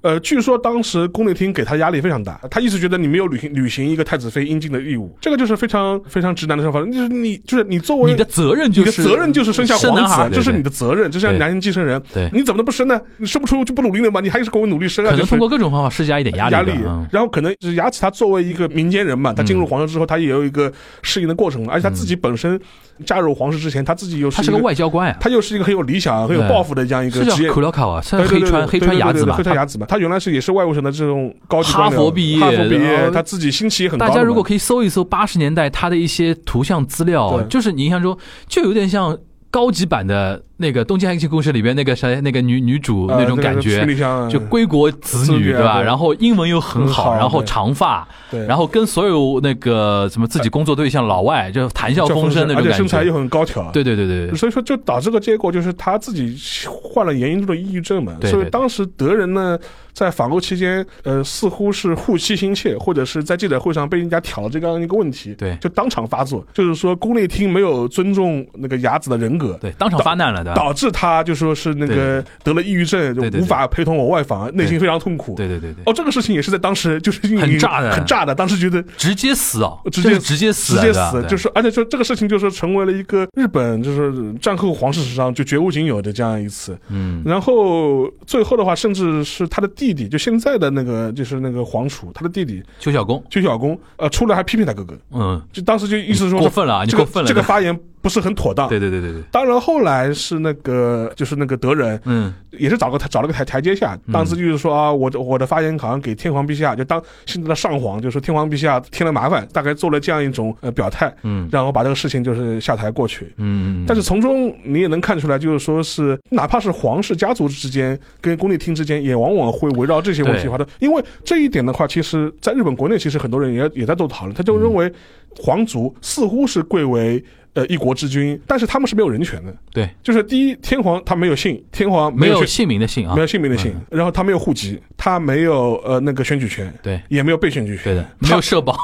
Speaker 2: 呃，据说当时宫内厅给他压力非常大，他一直觉得你没有履行履行一个太子妃应尽的义务，这个就是非常非常直男的说法，就是你就是你作为
Speaker 3: 你的责任
Speaker 2: 你
Speaker 3: 就
Speaker 2: 的
Speaker 3: 是
Speaker 2: 责任就是生下
Speaker 3: 男孩
Speaker 2: 皇
Speaker 3: 儿啊
Speaker 2: 子，这是你的责任，这是
Speaker 3: 对
Speaker 2: 男性继承人，
Speaker 3: 对，
Speaker 2: 你怎么能不生呢？你生不出就不努力了吗？你还是给我努力生啊！
Speaker 3: 可
Speaker 2: 就
Speaker 3: 能
Speaker 2: 是
Speaker 3: 通过各种方法施加一点压
Speaker 2: 压
Speaker 3: 力
Speaker 2: 力
Speaker 3: 吧。嗯，
Speaker 2: 然后可能就是牙齿，他作为一个民间人嘛，他进入皇室之后，他也有一个适应的过程嘛，而且他自己本身加入皇室之前，他自己又
Speaker 3: 他
Speaker 2: 是
Speaker 3: 是
Speaker 2: 一
Speaker 3: 个，外交官呀，
Speaker 2: 他又是一个很有理想、很有抱负的这样一个
Speaker 3: 是叫
Speaker 2: 职业
Speaker 3: 库。廖卡瓦，是
Speaker 2: 对对对
Speaker 3: 黑
Speaker 2: 对
Speaker 3: 川黑川牙子吧
Speaker 2: 黑？川牙子嘛，他原来是也是外务省的这种高级官僚
Speaker 3: 哈佛毕业
Speaker 2: 哈佛毕
Speaker 3: 然
Speaker 2: 业，
Speaker 3: 后
Speaker 2: 他自己心气也很高
Speaker 3: 大
Speaker 2: 的嘛。
Speaker 3: 家如果可以搜一搜八十年代他的一些图像资料，
Speaker 2: 对
Speaker 3: 就是你印象中就有点像高级版的那个《东京爱情故事》里边那个谁那个女女主
Speaker 2: 呃
Speaker 3: 那种感
Speaker 2: 那个
Speaker 3: 觉
Speaker 2: 行。李箱啊
Speaker 3: 就归国子
Speaker 2: 子
Speaker 3: 女
Speaker 2: 女
Speaker 3: 对吧？
Speaker 2: 对
Speaker 3: 然后英文又很
Speaker 2: 很
Speaker 3: 好，
Speaker 2: 好
Speaker 3: 然后
Speaker 2: 对
Speaker 3: 长发，
Speaker 2: 对，
Speaker 3: 然后跟所有那个什么自己工作对象老外就谈笑
Speaker 2: 叫
Speaker 3: 风生那
Speaker 2: 而
Speaker 3: 种
Speaker 2: 且
Speaker 3: 感
Speaker 2: 身材
Speaker 3: 觉
Speaker 2: 又。很高挑。
Speaker 3: 对对对对对，
Speaker 2: 所以说就导致个结果就是他自己患了严重的抑郁症嘛。
Speaker 3: 对对
Speaker 2: 所以当时德仁呢，在访欧期间，呃，似乎是护妻心切，或者是在记者会上被人家挑了这样一个问题，
Speaker 3: 对
Speaker 2: 就当场发作，就是说宫内厅没有尊重那个雅子的人格。
Speaker 3: 对，当场发难了，对吧？
Speaker 2: 导致他就说是那个得了抑郁症，就
Speaker 3: 对对对
Speaker 2: 无法陪同我外访，内心非常痛苦。
Speaker 3: 对对对对，
Speaker 2: 哦，这个事情也是在当时就是因为
Speaker 3: 很炸的
Speaker 2: 很炸的。当时觉得
Speaker 3: 直接死哦，
Speaker 2: 直
Speaker 3: 这
Speaker 2: 接
Speaker 3: 是直接死
Speaker 2: 直
Speaker 3: 啊，
Speaker 2: 接
Speaker 3: 对吧
Speaker 2: 死，就是而且就这个事情就是成为了一个日本就是战后皇室史上就绝无仅有的这样一次。
Speaker 3: 嗯
Speaker 2: 然后最后的话，甚至是他的弟弟，就现在的那个就是那个皇储，他的弟弟
Speaker 3: 邱小公，
Speaker 2: 邱小公，呃，出来还批评他哥哥，
Speaker 3: 嗯，
Speaker 2: 就当时就意思说
Speaker 3: 过分了啊，你
Speaker 2: 这
Speaker 3: 过
Speaker 2: 个
Speaker 3: 分了，
Speaker 2: 这个发言不是很妥当。
Speaker 3: 对对对对对，
Speaker 2: 当然后来是那个就是那个德仁，
Speaker 3: 嗯
Speaker 2: 也是找个台找了个台台阶下，当时就是说啊，我的我的发言好像给天皇陛下，就当现在的上皇，就是说天皇陛下添了麻烦，大概做了这样一种呃表态，
Speaker 3: 嗯
Speaker 2: 然后把这个事情就是下台过去。
Speaker 3: 嗯，嗯
Speaker 2: 但是从中你也能看出来，就是说是哪怕是皇室家族之间跟宫内厅之间，也往往会围绕这些问题
Speaker 3: 对
Speaker 2: 发生。因为这一点的话，其实在日本国内，其实很多人也也在做讨论，他就
Speaker 3: 嗯
Speaker 2: 认为皇族似乎是贵为。呃，一国之君，但是他们是没有人权的。
Speaker 3: 对，
Speaker 2: 就是第一，天皇他没有姓，天皇
Speaker 3: 没有
Speaker 2: 有
Speaker 3: 姓名的姓啊
Speaker 2: 没，有姓名的姓，然后他没有户籍，他没有呃那个选举权，
Speaker 3: 对
Speaker 2: 也没有被选举
Speaker 3: 对
Speaker 2: 权，
Speaker 3: 的，没有社保，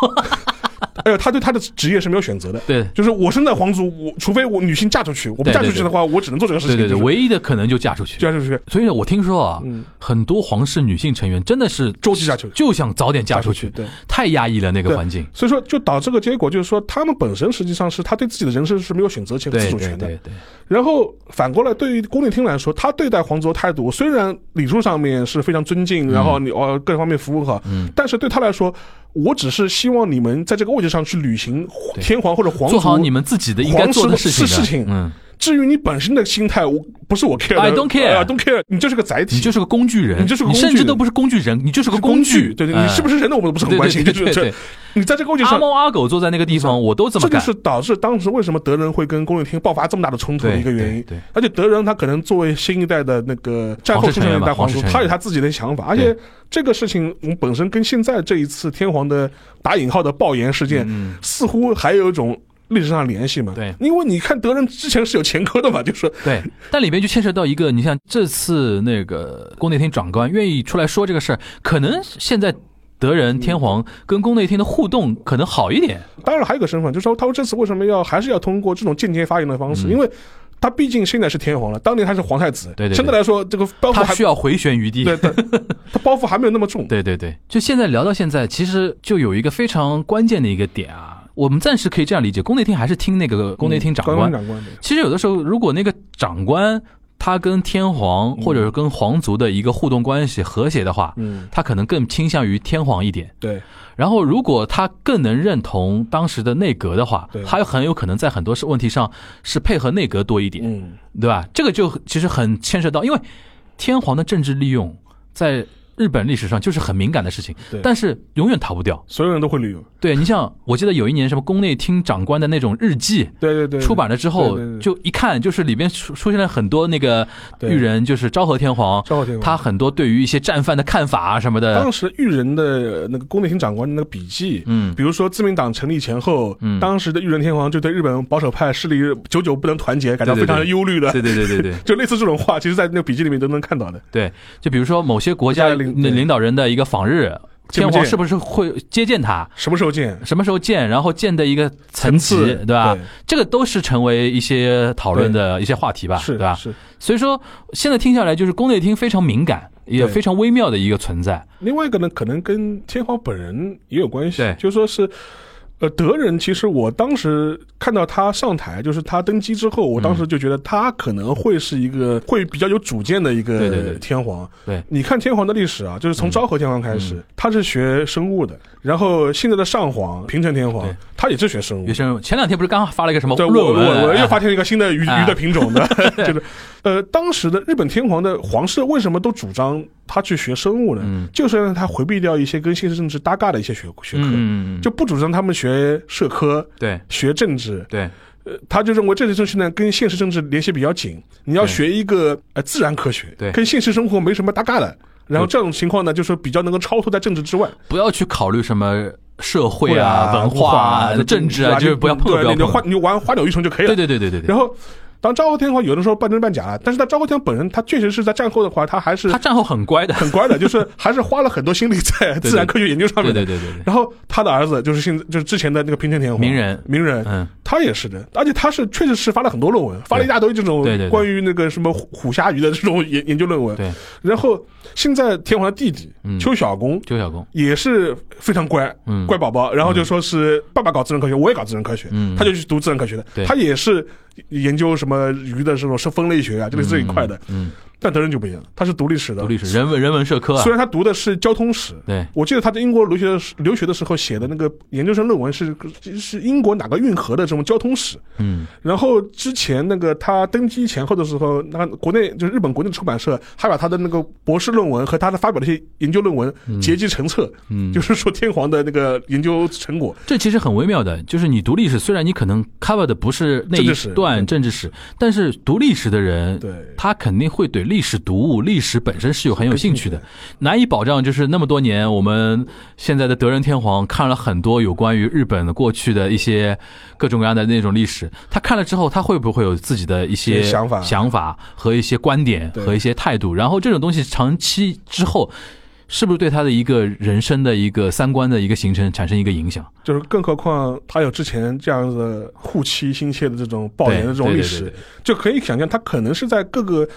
Speaker 2: 还有他对他的职业是没有选择的。
Speaker 3: 对
Speaker 2: 就是我身在皇族，我除非我女性嫁出去，我不
Speaker 3: 对
Speaker 2: 嫁出
Speaker 3: 对
Speaker 2: 去
Speaker 3: 对
Speaker 2: 的话，我只能做这个事
Speaker 3: 对
Speaker 2: 情。
Speaker 3: 对对，
Speaker 2: 就是
Speaker 3: 唯一的可能就嫁出去。
Speaker 2: 嫁出去，
Speaker 3: 所以呢，我听说啊，
Speaker 2: 嗯，
Speaker 3: 很多皇室女性成员真的是
Speaker 2: 周急嫁出去，
Speaker 3: 就想早点嫁出去，
Speaker 2: 对，
Speaker 3: 太压抑了那个环境。
Speaker 2: 所以说就导致个结果就是说，他们本身实际上是他对自己的人生是没有选择权和自
Speaker 3: 对
Speaker 2: 主
Speaker 3: 对
Speaker 2: 权的。
Speaker 3: 对对，
Speaker 2: 然后反过来，对于宫内厅来说，他对待皇族的态度虽然礼数上面是非常尊敬，然后你哦各方面服务好，
Speaker 3: 嗯，
Speaker 2: 但是对他来说，我只是希望你们在这个位置上去履行
Speaker 3: 对
Speaker 2: 天皇或者皇
Speaker 3: 做好
Speaker 2: 族
Speaker 3: 你们自己的应该做的事情
Speaker 2: 皇室是
Speaker 3: 的
Speaker 2: 事情
Speaker 3: 嗯，
Speaker 2: 至于你本身的心态，我不是我 care 的
Speaker 3: I don't care
Speaker 2: I don't care，你就是个载体，
Speaker 3: 你就是个工具人，
Speaker 2: 你就是个工具人
Speaker 3: 甚至都不是工具人，你就是个
Speaker 2: 是工
Speaker 3: 具。
Speaker 2: 对对，
Speaker 3: 哎
Speaker 2: 你是不是人的我们都不是很
Speaker 3: 对
Speaker 2: 关心，
Speaker 3: 对对
Speaker 2: 就是
Speaker 3: 对对
Speaker 2: 这，你在这个位置
Speaker 3: 阿
Speaker 2: 上。
Speaker 3: 猫阿狗坐在那个地方，我都这
Speaker 2: 这
Speaker 3: 么
Speaker 2: 就
Speaker 3: 干。
Speaker 2: 是导致当时为什么德仁会跟宫内厅爆发这么大的冲突的
Speaker 3: 对
Speaker 2: 一个原因。
Speaker 3: 对，对
Speaker 2: 而且德仁他可能作为新一代的那个战后出生的一代皇
Speaker 3: 皇室
Speaker 2: 族，
Speaker 3: 成员嘛
Speaker 2: 他有他自己的想法，而且这个事情我们本身跟现在这一次天皇的打引号的爆言事件，
Speaker 3: 嗯，
Speaker 2: 似乎还有一种历史上的联系嘛。
Speaker 3: 对
Speaker 2: 因为你看德仁之前是有前科的嘛，就是说
Speaker 3: 对，但里面就牵涉到一个，你像这次那个宫内厅长官愿意出来说这个事儿，可能现在德仁天皇跟宫内厅的互动可能好一点。
Speaker 2: 当然还有一个身份，就是说他们这次为什么要还是要通过这种间接发言的方式，因为他毕竟现在是天皇了，当年他是皇太子，
Speaker 3: 嗯对对对
Speaker 2: 相对来说这个包袱
Speaker 3: 他
Speaker 2: 还
Speaker 3: 需要回旋余地。
Speaker 2: 对
Speaker 3: (laughs)
Speaker 2: 对，他包袱还没有那么重。
Speaker 3: 对对对，就现在聊到现在，其实就有一个非常关键的一个点啊，我们暂时可以这样理解，宫内厅还是听那个宫内厅长官。
Speaker 2: 嗯长官的
Speaker 3: 其实有的时候，如果那个长官他跟天皇或者是跟皇族的一个互动关系和谐的话，
Speaker 2: 嗯，
Speaker 3: 他可能更倾向于天皇一点。
Speaker 2: 对，
Speaker 3: 然后，如果他更能认同当时的内阁的话
Speaker 2: 对，
Speaker 3: 他很有可能在很多事问题上是配合内阁多一点，
Speaker 2: 嗯，
Speaker 3: 对吧？这个就其实很牵涉到，因为天皇的政治利用在日本历史上就是很敏感的事情
Speaker 2: 对，
Speaker 3: 但是永远逃不掉。
Speaker 2: 所有人都会旅游。
Speaker 3: 对你像，我记得有一年什么宫内厅长官的那种日记。
Speaker 2: 对对对，
Speaker 3: 出版了之后
Speaker 2: 对对，对
Speaker 3: 就一看就是里边出出现了很多那个
Speaker 2: 对
Speaker 3: 裕仁，就是昭和天皇，
Speaker 2: 昭和天皇
Speaker 3: 他很多对于一些战犯的看法啊什么的
Speaker 2: 当，时裕仁的那个宫内厅长官的那个笔记，
Speaker 3: 嗯
Speaker 2: 比如说自民党成立前后，
Speaker 3: 嗯
Speaker 2: 当时的裕仁天皇就对日本保守派势力久久不能团结，感到
Speaker 3: 对对
Speaker 2: 非常
Speaker 3: 对
Speaker 2: 忧虑的。
Speaker 3: 对对对对
Speaker 2: (laughs)
Speaker 3: 对，
Speaker 2: 就类似这种话，其实，在那个笔记里面都能看到的。
Speaker 3: 对，就比如说某些国家
Speaker 2: 国家的领
Speaker 3: 领
Speaker 2: 对
Speaker 3: 领导人的一个访日，
Speaker 2: 见
Speaker 3: 天
Speaker 2: 不
Speaker 3: 皇
Speaker 2: 见
Speaker 3: 是不是会接见他？
Speaker 2: 什么时候见？
Speaker 3: 什么时候见？然后见的一个层级，
Speaker 2: 次
Speaker 3: 对吧？这个都是成为一些讨论的一些话题吧，
Speaker 2: 是
Speaker 3: 对吧？
Speaker 2: 是。
Speaker 3: 所以说，现在听下来，就是宫内厅非常敏感，也
Speaker 2: 对
Speaker 3: 非常微妙的一个存在。
Speaker 2: 另外一个呢，可能跟天皇本人也有关系
Speaker 3: 对，嗯
Speaker 2: 就是说是。呃，德仁其实我当时看到他上台，就是他登基之后，我当时就觉得他可能会是一个会比较有主见的一
Speaker 3: 对对对
Speaker 2: 个天皇。
Speaker 3: 对嗯
Speaker 2: 你看天皇的历史啊，就是从昭和天皇开始，他是学生物的，然后现在的上皇平成天皇
Speaker 3: 对，
Speaker 2: 他也是学生物
Speaker 3: 于。是前两天不是刚发了一个什么
Speaker 2: 对，
Speaker 3: 哦论
Speaker 2: 我我我
Speaker 3: 文？
Speaker 2: 又发现了一个新的鱼、
Speaker 3: 哎
Speaker 2: 鱼的品种
Speaker 3: (laughs)
Speaker 2: 的，就是，呃，当时的日本天皇的皇室为什么都主张他去学生物呢？
Speaker 3: 嗯
Speaker 2: 就是让他回避掉一些跟现实政治搭嘎的一些学学科，
Speaker 3: 嗯，嗯嗯
Speaker 2: 就不主张他们学社科、
Speaker 3: 对
Speaker 2: 学政治。
Speaker 3: 对
Speaker 2: 呃，他就认为政治正确呢跟现实政治联系比较紧，你要
Speaker 3: 对
Speaker 2: 学一个呃自然科学，
Speaker 3: 对
Speaker 2: 跟现实生活没什么搭嘎的。然后这种情况呢，就是比较能够超脱在政治之外，
Speaker 3: 不要去考虑什么社会啊、
Speaker 2: 文
Speaker 3: 文化啊、政治啊，
Speaker 2: 就
Speaker 3: 就是不要碰，
Speaker 2: 对，
Speaker 3: 不要
Speaker 2: 你就花
Speaker 3: 碰。
Speaker 2: 你就玩花鸟鱼虫就可以了
Speaker 3: 对。对对对对对。
Speaker 2: 然后，当昭和天皇有的时候半真半假了，但是他昭和天皇本人，他确实是在战后的话，他还是
Speaker 3: 他战后很乖的，
Speaker 2: 很乖的，就是还是花了很多心力在
Speaker 3: 对
Speaker 2: 自然科学研究上
Speaker 3: (laughs)
Speaker 2: 面
Speaker 3: 对
Speaker 2: 的。
Speaker 3: 对对对对，
Speaker 2: 然后他的儿子就是现在就是之前的那个平成天皇
Speaker 3: 名人
Speaker 2: 名人，
Speaker 3: 嗯，
Speaker 2: 他也是的，而且他是确实是发了很多论文，发了一大堆这种
Speaker 3: 对对对
Speaker 2: 关于那个什么虎虎鲨鱼的这种研研究论文。
Speaker 3: 对，
Speaker 2: 然后现在天皇的弟弟
Speaker 3: 嗯
Speaker 2: 邱小公
Speaker 3: 邱小公，
Speaker 2: 也是非常乖，
Speaker 3: 嗯，
Speaker 2: 乖宝宝，然后就说是爸爸搞自然科学，我也搞自然科学，
Speaker 3: 嗯
Speaker 2: 他就去读自然科学的
Speaker 3: 对，
Speaker 2: 他也是研究什么鱼的这种是分类学啊，就类似这一块的。
Speaker 3: 嗯，嗯，
Speaker 2: 但德仁就不一样，他是读历史的，
Speaker 3: 读历史人文人文社科啊
Speaker 2: 虽，然他读的是交通史，
Speaker 3: 对，
Speaker 2: 我记得他在英国留学的时留学的时候写的那个研究生论文是是英国哪个运河的什么交通史。
Speaker 3: 嗯
Speaker 2: 然后之前那个他登基前后的时候，那国内就是日本国内的出版社还把他的那个博士论文和他的发表的一些研究论文结集成册，
Speaker 3: 嗯，
Speaker 2: 就是说天皇的那个研究成果。
Speaker 3: 这其实很微妙的，就是你读历史，虽然你可能 cover 的不是那
Speaker 2: 政
Speaker 3: 一
Speaker 2: 治史
Speaker 3: 段政治史，但是读历史的人，
Speaker 2: 对，
Speaker 3: 他肯定会对历史读物、历史本身是有很有兴趣的。难以保障，就是那么多年，我们现在的德仁天皇看了很多有关于日本的过去的一些各种各样的那种历史，他看了之后，他会不会有自己的一些
Speaker 2: 想法
Speaker 3: 想法和一些观点
Speaker 2: 对
Speaker 3: 和一些态度？然后这种东西长期之后。是不是对他的一个人生的一个三观的一个形成产生一个影响？
Speaker 2: 就是更何况他有之前这样的护妻心切的这种爆
Speaker 3: 对
Speaker 2: 言的这种
Speaker 3: 对
Speaker 2: 历
Speaker 3: 对
Speaker 2: 史
Speaker 3: 对，对
Speaker 2: 就可以想象，他可能是在各个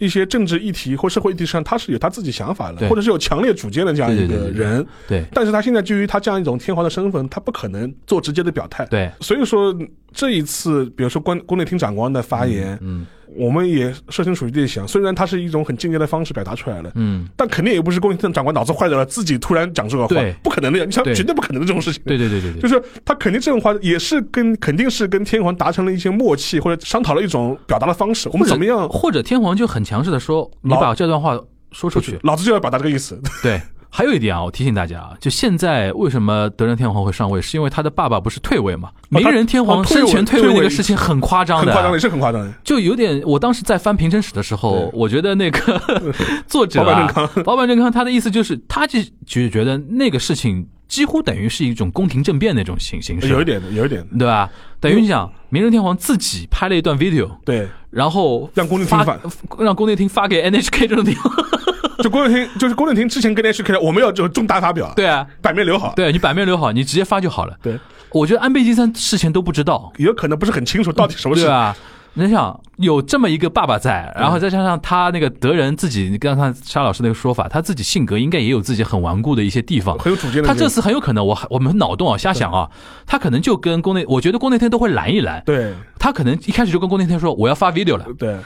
Speaker 2: 一些政治议题或社会议题上，他是有他自己想法的，
Speaker 3: 对
Speaker 2: 或者是有强烈主见的这样一
Speaker 3: 对对
Speaker 2: 个
Speaker 3: 对对对
Speaker 2: 人。
Speaker 3: 对
Speaker 2: 但是他现在基于他这样一种天皇的身份，他不可能做直接的表态。
Speaker 3: 对，
Speaker 2: 所以说这一次，比如说关宫内厅长官的发言，
Speaker 3: 嗯
Speaker 2: 我们也设身处地地想，虽然他是一种很境界的方式表达出来了。
Speaker 3: 嗯，
Speaker 2: 但肯定也不是宫内厅长官脑子坏掉了，自己突然讲这个话
Speaker 3: 对，
Speaker 2: 不可能的呀！你想，
Speaker 3: 对
Speaker 2: 绝对不可能的这种事情。
Speaker 3: 对对对对
Speaker 2: 就
Speaker 3: 对，
Speaker 2: 是他肯定这种话也是跟肯定是跟天皇达成了一些默契，或者商讨了一种表达的方式。我们怎么样，
Speaker 3: 或者天皇就很强势的说，你
Speaker 2: 老
Speaker 3: 把这段话说出去。
Speaker 2: 老子就要表达这个意思。
Speaker 3: 对，还有一点啊，我提醒大家啊，就现在为什么德仁天皇会上位，是因为他的爸爸不是退位嘛？
Speaker 2: 他
Speaker 3: 明仁天皇
Speaker 2: 哦退
Speaker 3: 生
Speaker 2: 位
Speaker 3: 前退
Speaker 2: 退
Speaker 3: 位
Speaker 2: 位
Speaker 3: 那个事情很夸张
Speaker 2: 很
Speaker 3: 的
Speaker 2: 夸张
Speaker 3: 啊
Speaker 2: 的，，也是很夸张的。
Speaker 3: 就有点，我当时在翻平成史的时候
Speaker 2: 对，
Speaker 3: 我觉得那个
Speaker 2: (laughs)
Speaker 3: 作者
Speaker 2: 保坂
Speaker 3: 啊
Speaker 2: 正，康
Speaker 3: 保坂正康他的意思就是，他就就觉得那个事情几乎等于是一种宫廷政变那种形形式，
Speaker 2: 有一点的，有一点的，
Speaker 3: 对吧？等于你想，明仁天皇自己拍了一段 video，
Speaker 2: 对，
Speaker 3: 然后
Speaker 2: 让宫内厅
Speaker 3: 发
Speaker 2: 发，
Speaker 3: (laughs) 让宫内厅发给 NHK 这种地方， (laughs)
Speaker 2: 就宫内厅，就是宫内厅之前跟 HK，我们要就是重大发表，
Speaker 3: 对啊，
Speaker 2: 版面留好，
Speaker 3: 对你版面留好，你直接发就好了。
Speaker 2: 对，
Speaker 3: 我觉得安倍晋三事前都不知道，
Speaker 2: 也有可能不是很清楚到底什么
Speaker 3: 对啊
Speaker 2: 是。
Speaker 3: 吧？你想有这么一个爸爸在，然后再加上他那个德仁自己，刚刚沙老师那个说法，他自己性格应该也有自己很顽固的一些地方。
Speaker 2: 很有主见的人，
Speaker 3: 他这次很有可能，我还我们脑洞啊，瞎想啊，他可能就跟宫内，我觉得宫内天都会拦一拦，
Speaker 2: 对
Speaker 3: 他可能一开始就跟宫内天说我要发 video 了， (laughs)
Speaker 2: 对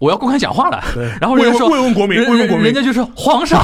Speaker 3: 我要公开讲话了
Speaker 2: 对，，
Speaker 3: 然后人家说
Speaker 2: 慰问慰问国民，
Speaker 3: 人
Speaker 2: 慰问国民，
Speaker 3: 人家就说
Speaker 2: (laughs)
Speaker 3: 皇上，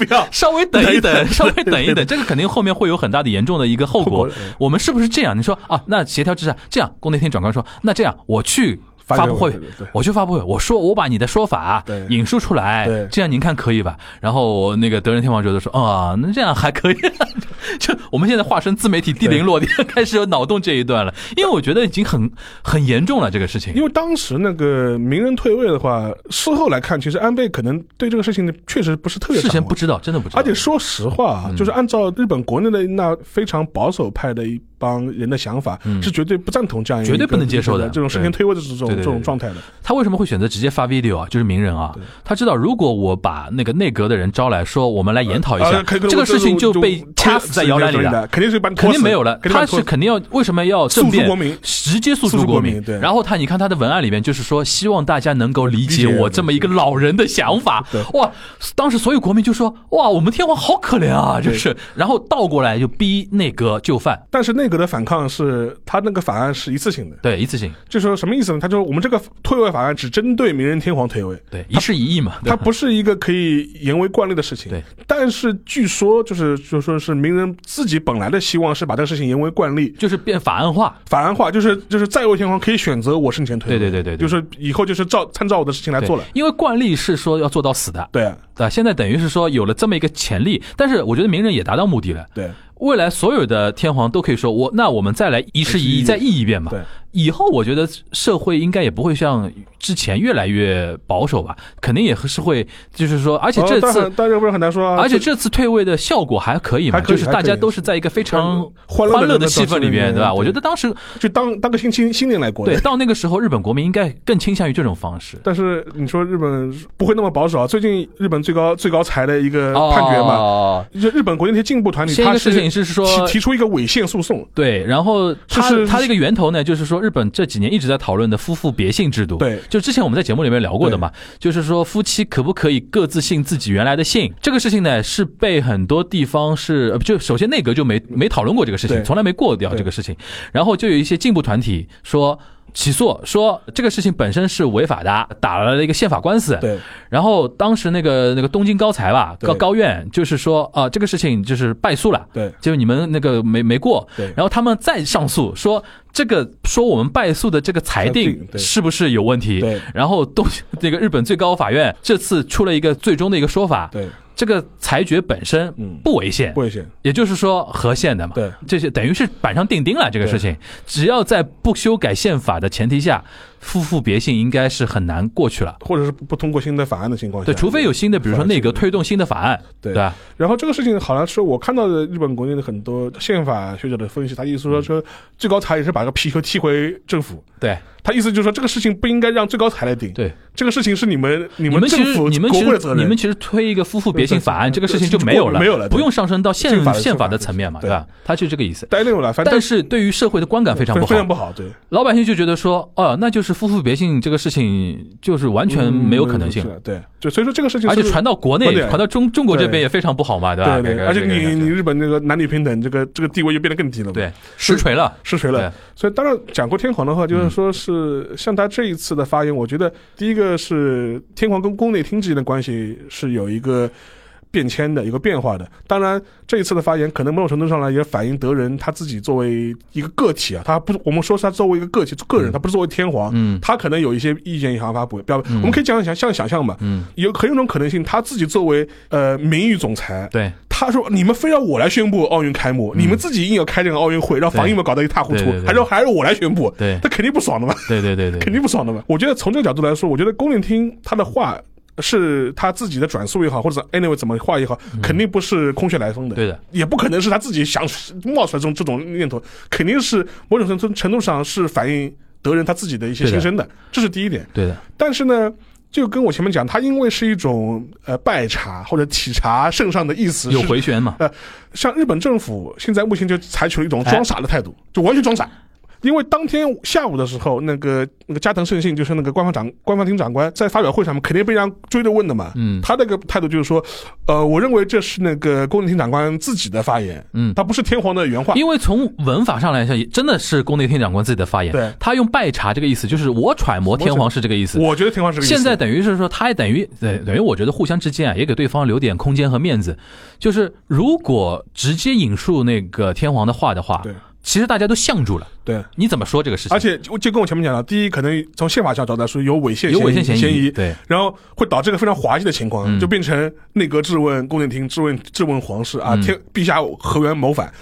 Speaker 2: 不要
Speaker 3: 稍微等一等，稍微等一
Speaker 2: 对 (laughs)
Speaker 3: 等，这个肯定后面会有很大的严重的一个后
Speaker 2: 后
Speaker 3: 果
Speaker 2: 果嗯对。
Speaker 3: 我们是不是这样？你说啊，那协调之下，这样，宫内厅长官说，那这样我去
Speaker 2: 发
Speaker 3: 发
Speaker 2: 表
Speaker 3: 布会
Speaker 2: 会对对，
Speaker 3: 我去发布会，我说我把你的说法啊
Speaker 2: 对
Speaker 3: 引述出来
Speaker 2: 对，
Speaker 3: 这样您看可以吧？然后那个德仁天皇觉得说，啊，那这样还可以。 (laughs) 这我们现在化身自媒体地灵落地， (laughs) 开始有脑洞这一段了，因为我觉得已经很很严重了这个事情
Speaker 2: 因。为当时那个名人退位的话，事后来看，其实安倍可能对这个事情确实不是特别
Speaker 3: 事
Speaker 2: 掌
Speaker 3: 前
Speaker 2: 握
Speaker 3: 不知道，真的不知道。
Speaker 2: 而
Speaker 3: 嗯
Speaker 2: 且说实话啊，就是按照日本国内的那非常保守派的一帮人的想法，是绝对不赞同这样一个
Speaker 3: 嗯绝对不能接受的
Speaker 2: 这种事情推位的这种
Speaker 3: 对对对
Speaker 2: 这种状态的。
Speaker 3: 他为什么会选择直接发 video 啊？就是名人啊，他知道如果我把那个内阁的人招来说，我们来研讨一下，
Speaker 2: 啊可以
Speaker 3: 这个事情就被掐死在摇篮里了，
Speaker 2: 的，肯定是把你拖
Speaker 3: 肯
Speaker 2: 死
Speaker 3: 定没有了。
Speaker 2: 肯定把
Speaker 3: 他
Speaker 2: 你拖
Speaker 3: 是
Speaker 2: 死
Speaker 3: 肯定要为什么要
Speaker 2: 诉
Speaker 3: 政
Speaker 2: 诸
Speaker 3: 变
Speaker 2: 国？民。
Speaker 3: 直接诉
Speaker 2: 诉
Speaker 3: 诸
Speaker 2: 诸
Speaker 3: 国
Speaker 2: 国
Speaker 3: 民，
Speaker 2: 民对
Speaker 3: 然后他，你看他的文案里面就是说，希望大家能够理解
Speaker 2: 理解
Speaker 3: 我这么一个老人的想法
Speaker 2: 对。
Speaker 3: 哇，当时所有国民就说，哇，我们天皇好可怜啊，就是。然后倒过来就逼内阁就范，
Speaker 2: 但是内阁的反抗是，他那个法案是一次性的，
Speaker 3: 对，一次性，
Speaker 2: 就说什么意思呢？他说我们这个退位法案只针对明仁天皇退位，
Speaker 3: 对，一事一议嘛，对
Speaker 2: 它
Speaker 3: 吧
Speaker 2: 不是一个可以言为惯例的事情。
Speaker 3: 对，
Speaker 2: 但是据说就是就说是名人自己本来的希望是把这个事情言为惯例。
Speaker 3: 就是变法案化，
Speaker 2: 法案化就是就是在位天皇可以选择我生前退位，
Speaker 3: 对对对对对
Speaker 2: 就是以后就是照参照我的事情来
Speaker 3: 对
Speaker 2: 做了，
Speaker 3: 因为惯例是说要做到死的，
Speaker 2: 对啊
Speaker 3: 对，现在等于是说有了这么一个潜力，但是我觉得名人也达到目的了。
Speaker 2: 对
Speaker 3: 未来所有的天皇都可以说我，那我们再来一事一议，再议一遍吧。
Speaker 2: 对，
Speaker 3: 以后我觉得社会应该也不会像之前越来越保守吧，肯定也是会，就是说，而且这
Speaker 2: 哦但
Speaker 3: 次
Speaker 2: 很，但是不是很难说啊？
Speaker 3: 而且
Speaker 2: 这
Speaker 3: 这次退位的效果还可以嘛，
Speaker 2: 还可以
Speaker 3: 就是大家都是在一个非常
Speaker 2: 欢乐的
Speaker 3: 的气氛里面，对吧？
Speaker 2: 对
Speaker 3: 我觉得当时
Speaker 2: 就当当个新新新年来过的
Speaker 3: 对，到那个时候，日本国民应该更倾向于这种方式。
Speaker 2: 但是你说日本不会那么保守啊？最近日本最高最高裁的一个呃判决嘛，
Speaker 3: 哦，
Speaker 2: 就日本国内那些进步团体，
Speaker 3: 先一
Speaker 2: 他
Speaker 3: 个事情
Speaker 2: 是
Speaker 3: 是说
Speaker 2: 提提出一个违宪诉讼，
Speaker 3: 对，然后它
Speaker 2: 就是
Speaker 3: 它这个源头呢，就是说日本这几年一直在讨论的夫妇别姓制度。
Speaker 2: 对
Speaker 3: 就之前我们在节目里面聊过的嘛，就是说夫妻可不可以各自姓自己原来的姓？这个事情呢是被很多地方是，呃就首先内阁就没没讨论过这个事情，
Speaker 2: 对
Speaker 3: 从来没过掉
Speaker 2: 对
Speaker 3: 这个事情，然后就有一些进步团体说。起诉说这个事情本身是违法的，打了一个宪法官司。
Speaker 2: 对，
Speaker 3: 然后当时那个那个东京高裁吧，
Speaker 2: 对
Speaker 3: 高高院就是说啊、这个事情就是败诉了，
Speaker 2: 对，
Speaker 3: 就是你们那个没没过，
Speaker 2: 对
Speaker 3: 然后他们再上诉说这个说我们败诉的这个裁
Speaker 2: 裁
Speaker 3: 定
Speaker 2: 定对
Speaker 3: 是不是有问题？
Speaker 2: 对，
Speaker 3: 然后东 (laughs) 那个日本最高法院这次出了一个最终的一个说法，
Speaker 2: 对，
Speaker 3: 这个裁决本身
Speaker 2: 嗯
Speaker 3: 不违宪，
Speaker 2: 不危险，
Speaker 3: 也就是说合宪的嘛。
Speaker 2: 对，
Speaker 3: 这些等于是板上钉钉了。这个事情，只要在不修改宪法的前提下，夫妇别姓应该是很难过去了。
Speaker 2: 或者是不不通过新的法案的情况下，
Speaker 3: 对，除非有新的，比如说内阁推动新的法案，
Speaker 2: 对
Speaker 3: 对吧？
Speaker 2: 然后这个事情好像是我看到的日本国内的很多宪法学者的分析，他意思
Speaker 3: 嗯
Speaker 2: 说说最高裁也是把这个皮球踢回政府，
Speaker 3: 对
Speaker 2: 他意思就是说这个事情不应该让最高裁来定，
Speaker 3: 对，
Speaker 2: 这个事情是你们你
Speaker 3: 你
Speaker 2: 们
Speaker 3: 们
Speaker 2: 政
Speaker 3: 其实
Speaker 2: 府
Speaker 3: 你们
Speaker 2: 国
Speaker 3: 其
Speaker 2: 会的责
Speaker 3: 实
Speaker 2: 任，
Speaker 3: 你们其实推一个夫妇别姓法案，
Speaker 2: 对
Speaker 3: 这个事情
Speaker 2: 就
Speaker 3: 就没有了，
Speaker 2: 没有了对
Speaker 3: 不用上升到宪
Speaker 2: 宪法的
Speaker 3: 宪法
Speaker 2: 宪法
Speaker 3: 的层面嘛，
Speaker 2: 对
Speaker 3: 对吧？他就这个意思。
Speaker 2: 待定了，反正
Speaker 3: 但是对于社会的观感非常不
Speaker 2: 非
Speaker 3: 好
Speaker 2: 常，不好，对，
Speaker 3: 老百姓就觉得说，哦，那就是夫妇别姓这个事情就是完全没有可能性，
Speaker 2: 嗯，对，就所以说这个事情
Speaker 3: 而
Speaker 2: 是
Speaker 3: 且
Speaker 2: 不是哦
Speaker 3: 传到国内
Speaker 2: 对，
Speaker 3: 传到中中国这
Speaker 2: 对
Speaker 3: 边也非常不好嘛，对吧？
Speaker 2: 对对对，
Speaker 3: 这个
Speaker 2: 而且
Speaker 3: 这个
Speaker 2: 你你日本那个男女平等这个这个地位又变得更低了嘛，
Speaker 3: 对实锤了，
Speaker 2: 实锤了
Speaker 3: 对。嗯
Speaker 2: 所以当然讲过天皇的话，就是说是像他这一次的发言，我觉得第一个是天皇跟宫内厅之间的关系是有一个。变迁的一个变化的，当然这一次的发言可能某种程度上来也反映德仁他自己作为一个个体啊，他不，我们说是他作为一个个体个人，
Speaker 3: 嗯
Speaker 2: 他不是作为天皇，
Speaker 3: 嗯
Speaker 2: 他可能有一些意见想法不表，我们可以讲想像想象嘛，
Speaker 3: 嗯，
Speaker 2: 有很有种可能性，他自己作为呃名誉总裁，
Speaker 3: 对
Speaker 2: 他说：“你们非要我来宣布奥运开幕，你们自己硬要开这个奥运会，让防疫们搞得一塌糊涂
Speaker 3: 对对，对
Speaker 2: 还让还让我来宣布，
Speaker 3: 对
Speaker 2: 那肯定不爽的嘛，
Speaker 3: 对对对
Speaker 2: 肯
Speaker 3: 对，
Speaker 2: 定不爽的嘛。”我觉得从这个角度来说，我觉得宫令厅他的话是他自己的转述也好，或者 anyway 怎么话也好，肯定不是空穴来风的，
Speaker 3: 嗯对的，
Speaker 2: 也不可能是他自己想冒出来这种这种念头，肯定是某种程度程度上是反映德仁他自己的一些
Speaker 3: 对
Speaker 2: 心
Speaker 3: 的
Speaker 2: 声的，这是第一点。
Speaker 3: 对的，
Speaker 2: 但是呢，就跟我前面讲，它因为是一种呃拜茶或者体茶圣上的意思，
Speaker 3: 有
Speaker 2: 是
Speaker 3: 回旋嘛？
Speaker 2: 呃，像日本政府现在目前就采取了一
Speaker 3: 哎
Speaker 2: 种装傻的态度，就完全装傻。因为当天下午的时候，那个那个加藤胜信就是那个官方长官方厅长官，在发表会上面肯定被人家追着问的嘛。
Speaker 3: 嗯
Speaker 2: 他那个态度就是说，呃，我认为这是那个宫内厅长官自己的发言，
Speaker 3: 嗯，
Speaker 2: 他不是天皇的原话。
Speaker 3: 因为从文法上来讲，也真的是宫内厅长官自己的发言，
Speaker 2: 对
Speaker 3: 他用拜茶这个意思，就是我揣摩天皇是这个意思。
Speaker 2: 我觉得天皇是这个意思
Speaker 3: 现在等于是说，他也等于对等于，我觉得互相之间啊，也给对方留点空间和面子。就是如果直接引述那个天皇的话的话
Speaker 2: 对，
Speaker 3: 其实大家都相住了。
Speaker 2: 对，
Speaker 3: 你怎么说这个事情？
Speaker 2: 而且就就跟我前面讲的，第一，可能从宪法上角度来说有违宪
Speaker 3: 有违宪
Speaker 2: 嫌
Speaker 3: 嫌
Speaker 2: 疑，
Speaker 3: 对，
Speaker 2: 然后会导致一个非常滑稽的情况，
Speaker 3: 嗯
Speaker 2: 就变成内阁质问宫殿厅质问质问皇室啊，
Speaker 3: 嗯
Speaker 2: 天陛下何源谋反？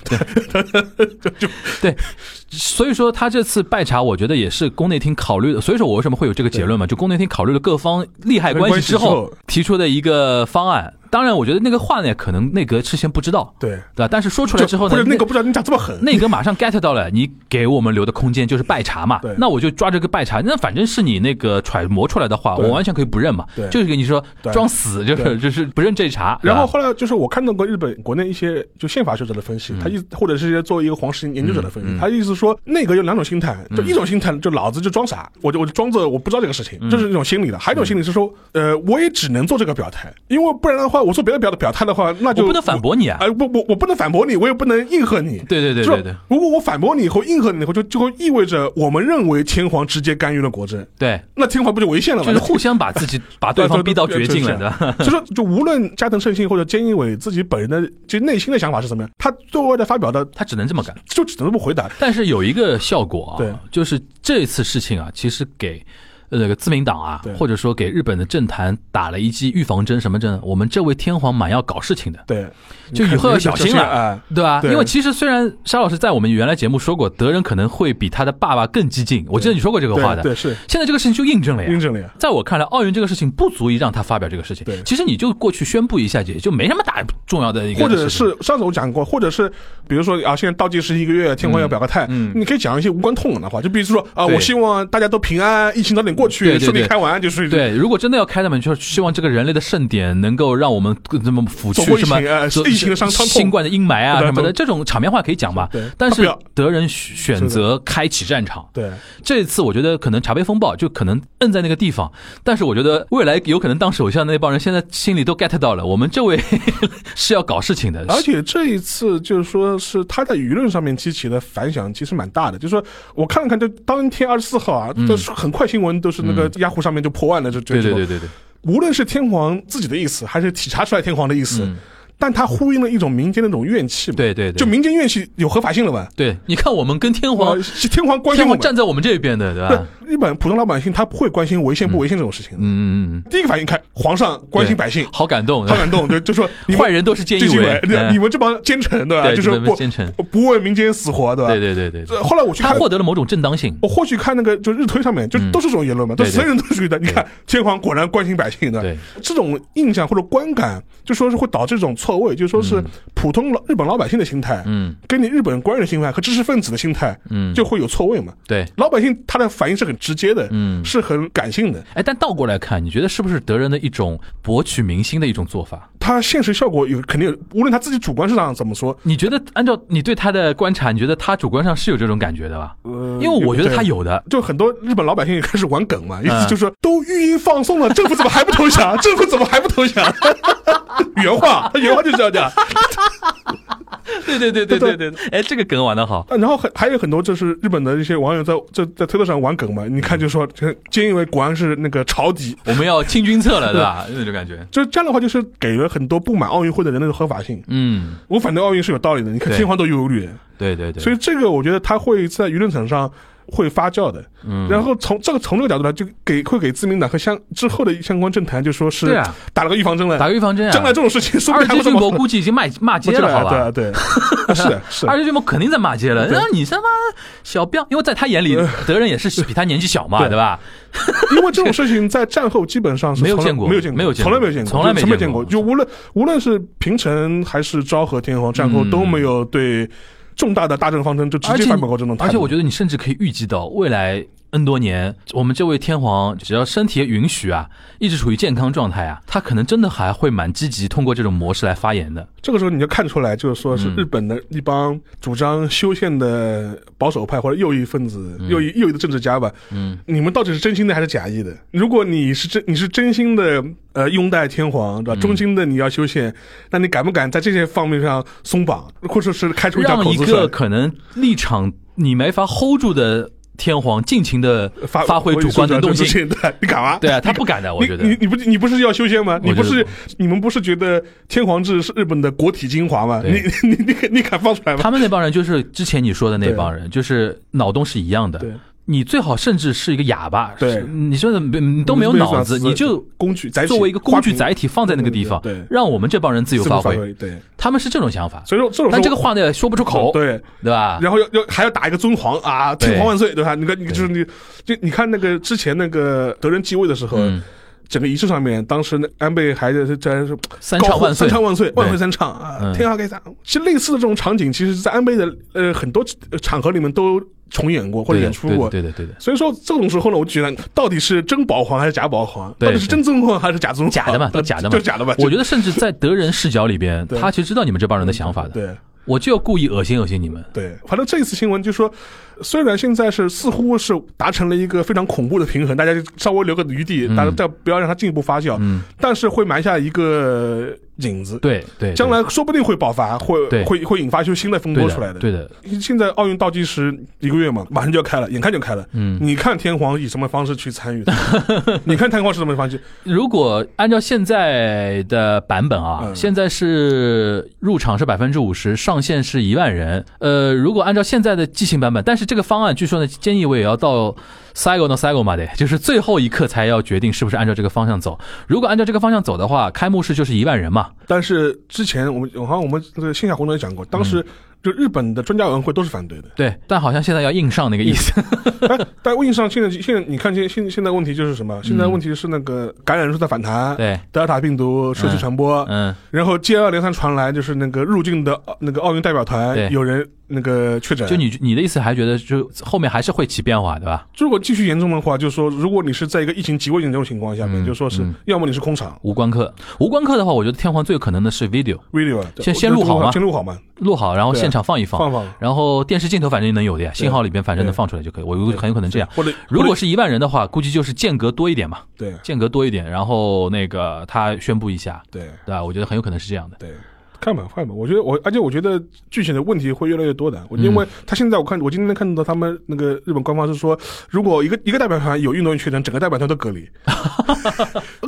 Speaker 3: 所以说他这次拜茶，我觉得也是宫内厅考虑的。所以说我为什么会有这个结论嘛？就宫内厅考虑了各方利害关系之
Speaker 2: 关系
Speaker 3: 后
Speaker 2: 之后
Speaker 3: 提出的一个方案。当然，我觉得那个话呢，可能内阁事先不知道，
Speaker 2: 对，
Speaker 3: 对吧？但是说出来之后
Speaker 2: 就
Speaker 3: 呢
Speaker 2: 或，者内阁不知道你讲这么狠，
Speaker 3: 内阁马上 get 到了，你给我们留的空间就是拜茶嘛
Speaker 2: 对。
Speaker 3: 那我就抓这个拜茶，那反正是你那个揣摩出来的话，
Speaker 2: 对
Speaker 3: 我完全可以不认嘛
Speaker 2: 对。
Speaker 3: 就是跟你说
Speaker 2: 对
Speaker 3: 装死，就
Speaker 2: 对
Speaker 3: 是就是不认这茬。
Speaker 2: 然后
Speaker 3: 对吧
Speaker 2: 后来就是我看到过日本国内一些就宪法学者的分
Speaker 3: 嗯
Speaker 2: 析，他意或者是一些作为一个皇室研究者的分析，他意思说内阁有两种心态，
Speaker 3: 嗯
Speaker 2: 就一种心态就老子就装傻，我就我就装作我不知道这个事情，
Speaker 3: 嗯
Speaker 2: 这是一种心理的；还有一种心理是说，呃，我也只能做这个表态，因为不然的话，我做别的表表态的话，那就
Speaker 3: 我不能反驳你啊。
Speaker 2: 哎，我我我不能反驳你，我也不能应和你。
Speaker 3: 对对对
Speaker 2: 就是
Speaker 3: 对对
Speaker 2: 如果我反驳你以后应和你以后，就就会意味着我们认为天皇直接干预了国政，
Speaker 3: 对，
Speaker 2: 那天皇不就违宪了
Speaker 3: 就
Speaker 2: 吗？
Speaker 3: 是互相把自己把对方逼到绝境了，对吧？ (laughs)
Speaker 2: 就说，就无论加藤胜信或者菅义伟自己本人的就内心的想法是什么样，他对外的发表的
Speaker 3: 他只能这么干。
Speaker 2: 就只能这么回答。
Speaker 3: 但是有一个效果啊，
Speaker 2: 对
Speaker 3: 就是这次事情啊，其实给。呃那个自民党啊
Speaker 2: 对，
Speaker 3: 或者说给日本的政坛打了一剂预防针，什么针？我们这位天皇蛮要搞事情的，
Speaker 2: 对，
Speaker 3: 就以后要小心了
Speaker 2: 啊。
Speaker 3: 对吧？
Speaker 2: 对
Speaker 3: 因为其实虽然沙老师在我们原来节目说过，德仁可能会比他的爸爸更激进，我记得你说过这个话
Speaker 2: 对
Speaker 3: 的。
Speaker 2: 对是
Speaker 3: 现在这个事情就印证了
Speaker 2: 印
Speaker 3: 呀。
Speaker 2: 证了呀。
Speaker 3: 在我看来，奥运这个事情不足以让他发表这个事情
Speaker 2: 对。
Speaker 3: 其实你就过去宣布一下，也就没什么大重要的一个
Speaker 2: 或者
Speaker 3: 事情
Speaker 2: 是上次我讲过，或者是比如说啊，现在倒计时一个月，天皇要表个态，
Speaker 3: 嗯嗯
Speaker 2: 你可以讲一些无关痛痒的话，就比如说啊，
Speaker 3: 对
Speaker 2: 我希望大家都平安，疫情早点过去
Speaker 3: 对对
Speaker 2: 顺利
Speaker 3: 对
Speaker 2: 开完就是
Speaker 3: 对，如果真的要开的嘛，就是希望这个人类的盛典能够让我们这么抚
Speaker 2: 走过
Speaker 3: 去
Speaker 2: 疫
Speaker 3: 什么
Speaker 2: 情呃
Speaker 3: 走
Speaker 2: 疫情的伤伤
Speaker 3: 新
Speaker 2: 痛，
Speaker 3: 冠的阴霾啊
Speaker 2: 对
Speaker 3: 什么
Speaker 2: 走
Speaker 3: 的，这种场面话可以讲吧
Speaker 2: 对。
Speaker 3: 但
Speaker 2: 不
Speaker 3: 是
Speaker 2: 要
Speaker 3: 德人选
Speaker 2: 是的
Speaker 3: 选择开启战场，
Speaker 2: 对，
Speaker 3: 这次我觉得可能茶杯风暴就可能摁在那个地方，但是我觉得未来有可能当首相的那帮人现在心里都 get 到了，我们这位 (laughs) 是要搞事情的，
Speaker 2: 而且这一次就是说是他在舆论上面激起的反响其实蛮大的，就是说我看了看，就当天二十四号啊，都是很快新闻都是那个雅虎上面就破万了，这这
Speaker 3: 对
Speaker 2: 这
Speaker 3: 嗯
Speaker 2: 种，
Speaker 3: 对对对对，
Speaker 2: 无论是天皇自己的意思，还是体察出来天皇的意
Speaker 3: 嗯
Speaker 2: 思，但他呼应了一种民间的那种怨气嘛，
Speaker 3: 对对对，
Speaker 2: 就民间怨气有合法性了吧？
Speaker 3: 对，你看我们跟天皇
Speaker 2: 呃，是天皇关心
Speaker 3: 天
Speaker 2: 我们，
Speaker 3: 皇站在我们这边的，对吧？
Speaker 2: 对，日本普通老百姓他不会关心违宪不违宪这种事情的。
Speaker 3: 啊嗯嗯嗯
Speaker 2: 第一个反应看皇上关心百姓
Speaker 3: 嗯，，好感动，
Speaker 2: 好感
Speaker 3: (laughs)
Speaker 2: 动，对，就说你们
Speaker 3: 坏人都是
Speaker 2: 这
Speaker 3: 见义
Speaker 2: 些
Speaker 3: 勇为
Speaker 2: 人，，对
Speaker 3: 嗯
Speaker 2: 你们这帮奸臣对吧？
Speaker 3: 对
Speaker 2: 就
Speaker 3: 你
Speaker 2: 是
Speaker 3: 们
Speaker 2: 不
Speaker 3: 奸臣，
Speaker 2: 不问民间死活对吧？
Speaker 3: 对对对对对，
Speaker 2: 呃后来我去
Speaker 3: 他
Speaker 2: 看，
Speaker 3: 获得了某种正当性，
Speaker 2: 我或许看那个就日推上面，就都是这种言论嘛，都
Speaker 3: 嗯对对
Speaker 2: 所有人都是这个。你看天皇果然关心百姓的，
Speaker 3: 对
Speaker 2: 这种印象或者观感，就说是会导致这种错位，就说是普通老日本老百姓的心态，
Speaker 3: 嗯
Speaker 2: 跟你日本官员的心态和知识分子的心态，
Speaker 3: 嗯，
Speaker 2: 就会有错位嘛。
Speaker 3: 对，
Speaker 2: 老百姓他的反应是很直接的，
Speaker 3: 嗯
Speaker 2: 是很感性的，
Speaker 3: 哎，但倒过来看，你觉得是不是德人的一种博取民心的一种做法？
Speaker 2: 他现实效果有肯定有，无论他自己主观上怎么说，
Speaker 3: 你觉得按照你对他的观察，你觉得他主观上是有这种感觉的吧？
Speaker 2: 呃，
Speaker 3: 因为我觉得他
Speaker 2: 对。
Speaker 3: 有的，
Speaker 2: 就很多日本老百姓也开始玩梗嘛，意思
Speaker 3: 嗯
Speaker 2: 就是说都育婴放松了，政府怎么还不投
Speaker 3: (laughs)
Speaker 2: 降？政府怎么还不投降？原话，他原话就是这样讲。
Speaker 3: 对对对对对对。哎，这个梗玩的好，
Speaker 2: 啊然后很还有很多就是日本的一些网友在在在推特上玩梗嘛，你看就说菅义伟果然是那个朝敌，
Speaker 3: 我们要清君侧了，对吧？那种感觉，
Speaker 2: 就这样的话就是给了很多不满奥运会的人那种合法性。
Speaker 3: 嗯，
Speaker 2: 我反对奥运是有道理的，你看
Speaker 3: 对
Speaker 2: 天皇都有忧虑，
Speaker 3: 对对对，
Speaker 2: 所
Speaker 3: 以
Speaker 2: 以这个我觉得他会在舆论场上会发酵的。嗯，然后从这个从这个角度来，就给会给自民党和相之后的相关政坛就说是
Speaker 3: 对啊
Speaker 2: 打了个预防针了。
Speaker 3: 打个预防针啊，
Speaker 2: 将来这种事情说不
Speaker 3: 二
Speaker 2: 定还
Speaker 3: 阶
Speaker 2: 会这
Speaker 3: 俊
Speaker 2: 么
Speaker 3: 博估计已经骂骂
Speaker 2: (laughs)
Speaker 3: 街
Speaker 2: 对
Speaker 3: 了，好吧？
Speaker 2: 啊，对啊， (laughs) 对，是的，
Speaker 3: (laughs)
Speaker 2: 是
Speaker 3: 二
Speaker 2: 的。
Speaker 3: 十岁嘛，肯定在骂街了。
Speaker 2: 对
Speaker 3: 然后你他妈小彪，因为在他眼里，德仁也是比他年纪小嘛，
Speaker 2: 对
Speaker 3: 对吧？
Speaker 2: 因为这种事情在战后基本上是
Speaker 3: 没有
Speaker 2: 从来
Speaker 3: 见过
Speaker 2: 没有见
Speaker 3: 没有见
Speaker 2: 从来没有
Speaker 3: 过
Speaker 2: 见过，
Speaker 3: 从来没
Speaker 2: 从没
Speaker 3: 见
Speaker 2: 过。
Speaker 3: 过
Speaker 2: 就无论无论是平城还是昭和天皇，战后
Speaker 3: 嗯
Speaker 2: 都没有对重大的大政方针就直
Speaker 3: 而
Speaker 2: 接
Speaker 3: 且
Speaker 2: 反驳过这种态
Speaker 3: 而
Speaker 2: 度。
Speaker 3: 且我觉得你甚至可以预计到未来 N 多年，我们这位天皇只要身体允许啊，一直处于健康状态啊，他可能真的还会蛮积极，通过这种模式来发言的。
Speaker 2: 这个时候你就看出来，就是说
Speaker 3: 嗯
Speaker 2: 是日本的一帮主张修宪的保守派或者右翼分子、右翼右翼的政治家吧，
Speaker 3: 嗯，
Speaker 2: 你们到底是真心的还是假意的？如果你是真你是真心的呃拥戴天皇，
Speaker 3: 嗯
Speaker 2: 对吧？忠心的你要修宪，那你敢不敢在这些方面上松绑，或者是开出一条
Speaker 3: 让
Speaker 2: 口
Speaker 3: 一
Speaker 2: 子出来
Speaker 3: 个？可能立场你没法 hold 住的天皇，尽情的
Speaker 2: 发
Speaker 3: 发挥主观能动性。，
Speaker 2: 对， (laughs) 你敢吗？
Speaker 3: 对啊，他不敢的，我
Speaker 2: 你
Speaker 3: 觉得
Speaker 2: 你。你不你不是要修宪吗？你
Speaker 3: 我觉
Speaker 2: 不
Speaker 3: 得
Speaker 2: 是你们不是觉得天皇制是日本的国体精华吗？你
Speaker 3: 对
Speaker 2: 你 (laughs) 你你敢放出来吗？
Speaker 3: 他们那帮人就是之前你说的那帮人，就是脑洞是一样的。
Speaker 2: 对，
Speaker 3: 你最好甚至是一个哑巴，
Speaker 2: 对
Speaker 3: 是你说的你都没有脑子，你就
Speaker 2: 工具载体
Speaker 3: 作为一个工具
Speaker 2: 花瓶
Speaker 3: 载体放在那个地方，
Speaker 2: 对对对
Speaker 3: 让我们这帮人自由
Speaker 2: 自
Speaker 3: 发
Speaker 2: 由
Speaker 3: 挥。
Speaker 2: 挥，对，
Speaker 3: 他们是这种想法，
Speaker 2: 所以说这种
Speaker 3: 但
Speaker 2: 时
Speaker 3: 这
Speaker 2: 候
Speaker 3: 个话呢说不出口，
Speaker 2: 对。
Speaker 3: 对吧？
Speaker 2: 然后要要还要打一个尊皇啊，
Speaker 3: 对
Speaker 2: 天皇万岁，对吧？你看，你就是你，就你看那个之前那个德仁继位的时候，
Speaker 3: 嗯，
Speaker 2: 整个仪式上面，当时那安倍还在在是
Speaker 3: 三唱万岁
Speaker 2: 三，唱万岁，
Speaker 3: 对
Speaker 2: 万岁三唱啊，
Speaker 3: 嗯
Speaker 2: 天下给赏。其实类似的这种场景，其实在安倍的呃很多呃场合里面都重演过或者
Speaker 3: 对的
Speaker 2: 演出过。
Speaker 3: 对的对的对的，
Speaker 2: 所以说这种时候呢，我就觉得到底是真保皇还是假保皇，
Speaker 3: 对
Speaker 2: 到底是真尊皇还是假尊皇，
Speaker 3: 假的嘛，都假的嘛，
Speaker 2: (laughs) 就假的嘛。
Speaker 3: 我觉得甚至在德人视角里边，
Speaker 2: 对
Speaker 3: 他其实知道你们这帮人的想法的，
Speaker 2: 对。
Speaker 3: 我就要故意恶心恶心你们。
Speaker 2: 对，反正这一次新闻就说，虽然现在是似乎是达成了一个非常恐怖的平衡，大家就稍微留个余地，大家再不要让它进一步发酵，
Speaker 3: 嗯
Speaker 2: 但是会埋下一个引子，
Speaker 3: 对对，
Speaker 2: 将来说不定会爆发，会
Speaker 3: 对
Speaker 2: 会会引发出新的风
Speaker 3: 对
Speaker 2: 波
Speaker 3: 的
Speaker 2: 出来的。
Speaker 3: 对的，
Speaker 2: 现在奥运倒计时一个月嘛，马上就要开了，眼看就开了。
Speaker 3: 嗯
Speaker 2: 你看天皇以什么方式去参与的？
Speaker 3: (laughs)
Speaker 2: 你看天皇是什么方式？
Speaker 3: 如果按照现在的版本啊，
Speaker 2: 嗯
Speaker 3: 现在是入场是百分之五十，上限是一万人。呃，如果按照现在的激情版本，但是这个方案据说呢，菅义伟也要到 s a g o 到 s a g o 嘛的，就是最后一刻才要决定是不是按照这个方向走。如果按照这个方向走的话，开幕式就是一万人嘛，
Speaker 2: 但是之前我们我好像我们这个线下活动也讲过，当
Speaker 3: 嗯
Speaker 2: 时就日本的专家委员会都是反对的。
Speaker 3: 对，但好像现在要硬上那个意思。
Speaker 2: (laughs) 哎，但问题上现在现在你看现现现在问题就是什么？现在问题是那个感染数在反弹，
Speaker 3: 嗯对，
Speaker 2: 德尔塔病毒社区传播，
Speaker 3: 嗯，
Speaker 2: 然后接二连三传来就是那个入境的呃那个奥运代表
Speaker 3: 对
Speaker 2: 团有人那个确诊。
Speaker 3: 就你你的意思还觉得就后面还是会起变化，对吧？
Speaker 2: 如果继续严重的话，就是说如果你是在一个疫情极为严重的情况下面，
Speaker 3: 嗯
Speaker 2: 就说是
Speaker 3: 嗯
Speaker 2: 要么你是空场
Speaker 3: 无关课，无关课的话，我觉得天皇最有可能的是 video
Speaker 2: video，
Speaker 3: 先先录好吗
Speaker 2: 啊先录好嘛，
Speaker 3: 录好，然后
Speaker 2: 对啊
Speaker 3: 现场放一放，
Speaker 2: 放放，
Speaker 3: 然后电视镜头反正能有的呀，信号里边反正能
Speaker 2: 对
Speaker 3: 放出来就可以。我估计很有可能这样。
Speaker 2: 或者
Speaker 3: 如果是一万人的话，估计就是间隔多一点嘛，
Speaker 2: 对
Speaker 3: 间隔多一点，然后那个他宣布一下，
Speaker 2: 对
Speaker 3: 对吧？我觉得很有可能是这样
Speaker 2: (laughs)
Speaker 3: 的。
Speaker 2: 对，看吧看吧，我觉得我，而且我觉得具体的问题会越来越多的。我
Speaker 3: 嗯
Speaker 2: 因为他现在我看我今天看到他们那个日本官方是说，如果一个一个代表团有运动员确诊，整个代表团都隔
Speaker 3: (laughs)
Speaker 2: 离。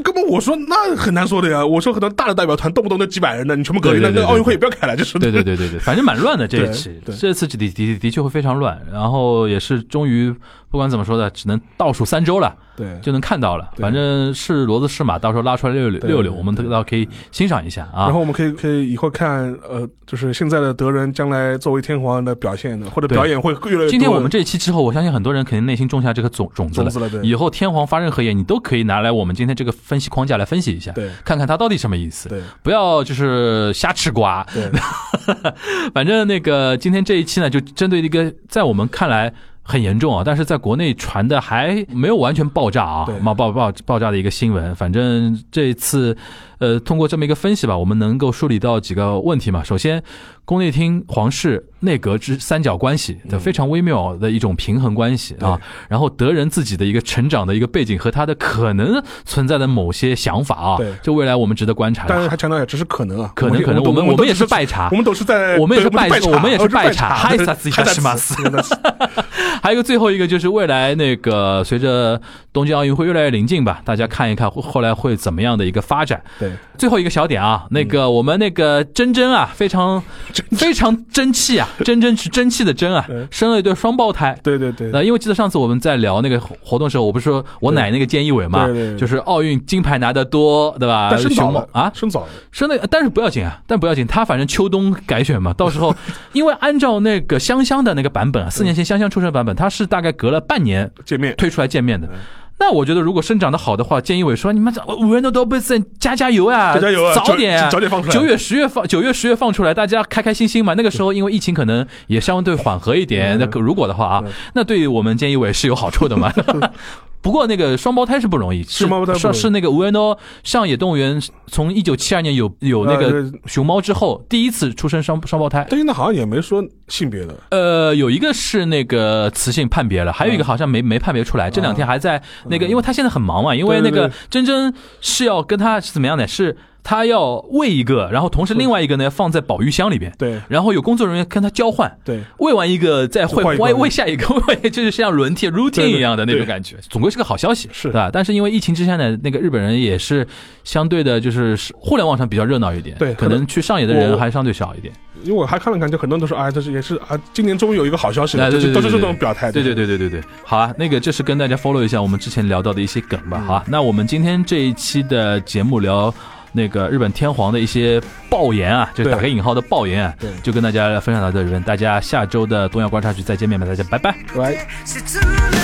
Speaker 2: 根本我说那很难说的呀，我说很多大的代表团动不动就几百人的，你全部隔离，
Speaker 3: 对
Speaker 2: 那
Speaker 3: 对对
Speaker 2: 那奥运会也不要开了，就是
Speaker 3: 对对对对对，反正蛮乱的这一期，
Speaker 2: 对对
Speaker 3: 这次的的的的确会非常乱，然后也是终于不管怎么说呢，只能倒数三周了
Speaker 2: 对
Speaker 3: 就能看到了，
Speaker 2: 对
Speaker 3: 反正是骡子是马，到时候拉出来溜溜
Speaker 2: 对
Speaker 3: 溜溜，
Speaker 2: 对
Speaker 3: 我们倒可以欣赏一下啊。
Speaker 2: 然后我们可以可以以后看，呃，就是现在的德仁将来作为天皇的表现的或者
Speaker 3: 对
Speaker 2: 表演会越来越多。
Speaker 3: 今天我们这一期之后，我相信很多人肯定内心种下这个种种子
Speaker 2: 种
Speaker 3: 了。
Speaker 2: 子
Speaker 3: (laughs)
Speaker 2: 了，对
Speaker 3: 以后天皇发任何言，你都可以拿来我们今天这个分析框架来分析一下，
Speaker 2: 对
Speaker 3: 看看他到底什么意思。
Speaker 2: 对
Speaker 3: 不要就是瞎吃瓜。
Speaker 2: 对，
Speaker 3: 反正那个今天这一期呢，就针对一个在我们看来很严重啊，但是在国内传的还没有完全爆炸啊
Speaker 2: 对，
Speaker 3: 爆爆爆爆炸的一个新闻。反正这一次，呃，通过这么一个分析吧，我们能够梳理到几个问题嘛。首先，宫内厅、皇室、内阁之三角关系的
Speaker 2: 嗯
Speaker 3: 非常微妙的一种平衡关系啊
Speaker 2: 对，
Speaker 3: 然后德仁自己的一个成长的一个背景和他的可能存在的某些想法啊
Speaker 2: 对，
Speaker 3: 这未来我们值得观察的。
Speaker 2: 当然还强调一下，只是可能啊，
Speaker 3: 可能可能
Speaker 2: 我
Speaker 3: 我们
Speaker 2: 我
Speaker 3: 我们也是
Speaker 2: 拜。
Speaker 3: 拜茶
Speaker 2: 我，们都是在，
Speaker 3: 我们也是
Speaker 2: 对
Speaker 3: 拜
Speaker 2: 茶，
Speaker 3: 我们也是拜茶
Speaker 2: 我们
Speaker 3: 嗨
Speaker 2: 是
Speaker 3: 撒
Speaker 2: 拜
Speaker 3: 自
Speaker 2: 茶，
Speaker 3: 己
Speaker 2: 嗨
Speaker 3: 是吗
Speaker 2: 撒自己是吗
Speaker 3: (laughs) 还有一个最后一个就是未来那个随着东京奥运会越来越临近吧，大家看一看后后来会怎么样的一个发展。
Speaker 2: 对，
Speaker 3: 最后一个小点啊，那个我们那个珍珍啊， (laughs) 非常非常争气啊，珍 (laughs) 珍是蒸汽的蒸啊
Speaker 2: 嗯，
Speaker 3: 生了一对双胞胎。
Speaker 2: 对对对，
Speaker 3: 呃，因为记得上次我们在聊那个活动的时候，我不是说我奶那个菅义伟嘛
Speaker 2: 对对对，对
Speaker 3: 就是奥运金牌拿得多，对吧？
Speaker 2: 但生早
Speaker 3: 熊
Speaker 2: 了
Speaker 3: 猫啊，
Speaker 2: 生早了，
Speaker 3: 生的，但是不要紧啊，但不要紧，他反正秋冬改选嘛，到
Speaker 2: (laughs)
Speaker 3: 时候，因为按照那个香香的那个版本啊，四年前香香出生的版本，他是大概隔了半年
Speaker 2: 见面
Speaker 3: 推出来见面的。那我觉得，如果生长得好的话，建议伟说：“你们这五人都都被森加加油啊，
Speaker 2: 加加油啊，
Speaker 3: 早点啊
Speaker 2: 早点放出来，
Speaker 3: 九月、十月放，九月、十月放出来，大家开开心心嘛。那个时候因为疫情可能也相对缓和一点，
Speaker 2: 嗯
Speaker 3: 那、如果的话啊，
Speaker 2: 嗯
Speaker 3: 那对于我们菅义伟是有好处的嘛。 (laughs) 不过那个双胞胎是不容易，是
Speaker 2: 双胞胎不容易
Speaker 3: 是是那个吴恩哦，上野动物园从一九七二年有有那
Speaker 2: 呃
Speaker 3: 个熊猫之后，第一次出生双双胞胎。
Speaker 2: 但现在好像也没说性别的，
Speaker 3: 呃，有一个是那个雌性判别了，还有一个好像没没判别出来。这两天还在那个，因为他现在很忙嘛，因为
Speaker 2: 嗯
Speaker 3: 那
Speaker 2: 啊对对
Speaker 3: 个珍珍是要跟他是怎么样的？是他要喂一个，然后同时另外一个呢放在保育箱里边，
Speaker 2: 对
Speaker 3: 然后有工作人员跟他交换。
Speaker 2: 对
Speaker 3: 喂完一个再会
Speaker 2: 换一个
Speaker 3: 喂喂下一个，喂就是像轮替 routine
Speaker 2: 对对
Speaker 3: 一样的那种
Speaker 2: 对
Speaker 3: 感觉，总归是个好消息，
Speaker 2: 是
Speaker 3: 对吧？但是因为疫情之下呢，那个日本人也是相对的，就是互联网上比较热闹一点，
Speaker 2: 对
Speaker 3: 可能去上野的
Speaker 2: 我
Speaker 3: 人还相对少一点。
Speaker 2: 因为我还看了看，就很多人都说啊，这是也是啊，今年终于有一个好消息了，
Speaker 3: 哎
Speaker 2: 就
Speaker 3: 对
Speaker 2: 是
Speaker 3: 对
Speaker 2: 都是
Speaker 3: 对
Speaker 2: 这
Speaker 3: 对
Speaker 2: 种表态，
Speaker 3: 对对对对对对，好啊，那个这是跟大家 follow 一下我们之前聊到的一些梗吧，
Speaker 2: 嗯
Speaker 3: 好啊，那我们今天这一期的节目聊。那个日本天皇的一些爆言啊，就是
Speaker 2: 对
Speaker 3: 打个引号的爆言啊
Speaker 2: 对，
Speaker 3: 就跟大家分享到这里。大家下周的东亚观察局再见面吧，大家拜拜。
Speaker 2: 来。
Speaker 1: 是只能